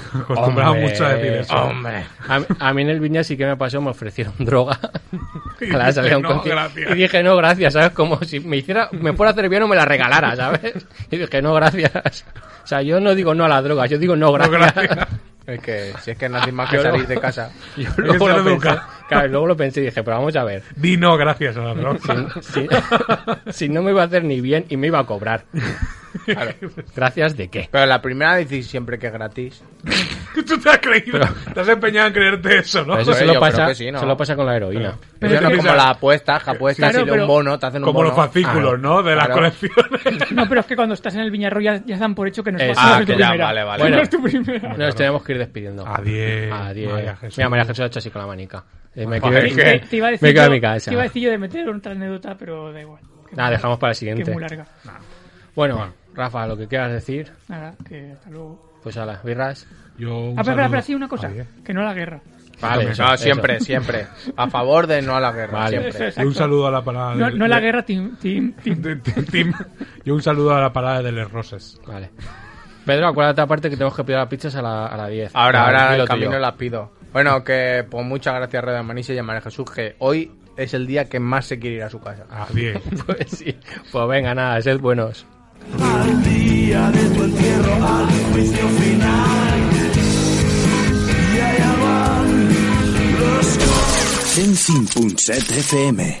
[SPEAKER 5] Acostumbraba
[SPEAKER 3] Hombre,
[SPEAKER 5] mucho a decir eso.
[SPEAKER 3] Hombre. A, mí- a mí en el Viña sí que me pasó, me ofrecieron droga. a la salida de un
[SPEAKER 5] no,
[SPEAKER 3] concierto.
[SPEAKER 5] gracias.
[SPEAKER 3] Y dije, no, gracias, ¿sabes? Como si me hiciera, me fuera a hacer bien o me la regalara, ¿sabes? Y dije, no, gracias. O sea, yo no digo no a la droga, yo digo no, gracias.
[SPEAKER 5] gracias.
[SPEAKER 7] Es que si es que no haces más que
[SPEAKER 3] Yo no.
[SPEAKER 7] salir de casa.
[SPEAKER 3] Yo
[SPEAKER 5] que
[SPEAKER 3] luego lo,
[SPEAKER 5] ser
[SPEAKER 3] pensé,
[SPEAKER 5] educado.
[SPEAKER 3] claro, luego lo pensé y dije, pero vamos a ver.
[SPEAKER 5] Di no, gracias a la droga.
[SPEAKER 3] Si, si no me iba a hacer ni bien y me iba a cobrar.
[SPEAKER 7] Claro.
[SPEAKER 3] ¿Gracias de qué?
[SPEAKER 7] Pero la primera decís siempre que es gratis.
[SPEAKER 5] Tú te has creído, te has empeñado en creerte eso, ¿no?
[SPEAKER 3] Pero eso
[SPEAKER 7] Joder,
[SPEAKER 3] solo
[SPEAKER 7] yo
[SPEAKER 3] pasa,
[SPEAKER 7] creo que sí, ¿no?
[SPEAKER 3] solo pasa con la heroína.
[SPEAKER 7] Pero
[SPEAKER 5] que-
[SPEAKER 7] como las apuestas, que apuestas
[SPEAKER 4] Claro,
[SPEAKER 7] y le
[SPEAKER 4] pero-
[SPEAKER 7] un bono, pues, te hacen un
[SPEAKER 5] Como
[SPEAKER 7] bono.
[SPEAKER 5] los fascículos, ¿no? De las
[SPEAKER 7] Claro.
[SPEAKER 5] colecciones.
[SPEAKER 4] No, pero es que cuando estás en el Viñarro ya, ya dan por hecho que no es,
[SPEAKER 3] Eh,
[SPEAKER 4] tu-
[SPEAKER 3] ah,
[SPEAKER 4] no es tu
[SPEAKER 7] que ya,
[SPEAKER 4] primera.
[SPEAKER 7] vale, vale.
[SPEAKER 4] Que no
[SPEAKER 3] Bueno.
[SPEAKER 4] es tu primera.
[SPEAKER 3] Nos tenemos que ir despidiendo.
[SPEAKER 5] Adiós.
[SPEAKER 3] Adiós.
[SPEAKER 5] María Jesús.
[SPEAKER 3] Mira, María Jesús ha hecho así con la manica. Eh, me
[SPEAKER 7] Joder,
[SPEAKER 3] quedo-
[SPEAKER 7] que-
[SPEAKER 4] Te, te iba a decir
[SPEAKER 3] me quedo
[SPEAKER 4] yo-
[SPEAKER 3] en mi casa. Ah,
[SPEAKER 4] Te iba a decir yo de meter otra anécdota, pero da igual. Que-
[SPEAKER 3] Nada, dejamos para el
[SPEAKER 4] que es
[SPEAKER 3] siguiente.
[SPEAKER 4] muy larga.
[SPEAKER 3] Bueno, Rafa, lo que quieras decir,
[SPEAKER 4] Nada, que hasta luego.
[SPEAKER 3] pues a las birras.
[SPEAKER 5] Yo, un
[SPEAKER 4] Ah, pero, pero,
[SPEAKER 5] saludo.
[SPEAKER 4] pero sí, una cosa.
[SPEAKER 5] Adiós.
[SPEAKER 4] Que no a la guerra.
[SPEAKER 3] Vale, eso,
[SPEAKER 7] No,
[SPEAKER 3] eso.
[SPEAKER 7] siempre, siempre. A favor de no a la guerra,
[SPEAKER 3] Vale.
[SPEAKER 7] siempre.
[SPEAKER 5] Y un saludo a la parada.
[SPEAKER 4] No,
[SPEAKER 5] del-
[SPEAKER 4] no a la
[SPEAKER 5] de-
[SPEAKER 4] guerra, team, team, team.
[SPEAKER 5] de- de- Tim. Y un saludo a la parada de Les Roses.
[SPEAKER 3] Vale. Pedro, acuérdate aparte que tenemos que pedir las pizzas a la, a las 10.
[SPEAKER 7] Ahora,
[SPEAKER 3] Vale,
[SPEAKER 7] ahora
[SPEAKER 3] dilo
[SPEAKER 7] el
[SPEAKER 3] tú y yo.
[SPEAKER 7] camino las pido. Bueno, que pues muchas gracias Red Maniche y a María Jesús, que hoy es el día que más se quiere ir a su casa.
[SPEAKER 5] Adiós.
[SPEAKER 3] Pues sí. Pues venga, nada, sed buenos.
[SPEAKER 8] Al día de tu entierro, al juicio final. Y allá van los
[SPEAKER 11] 105.7 FM.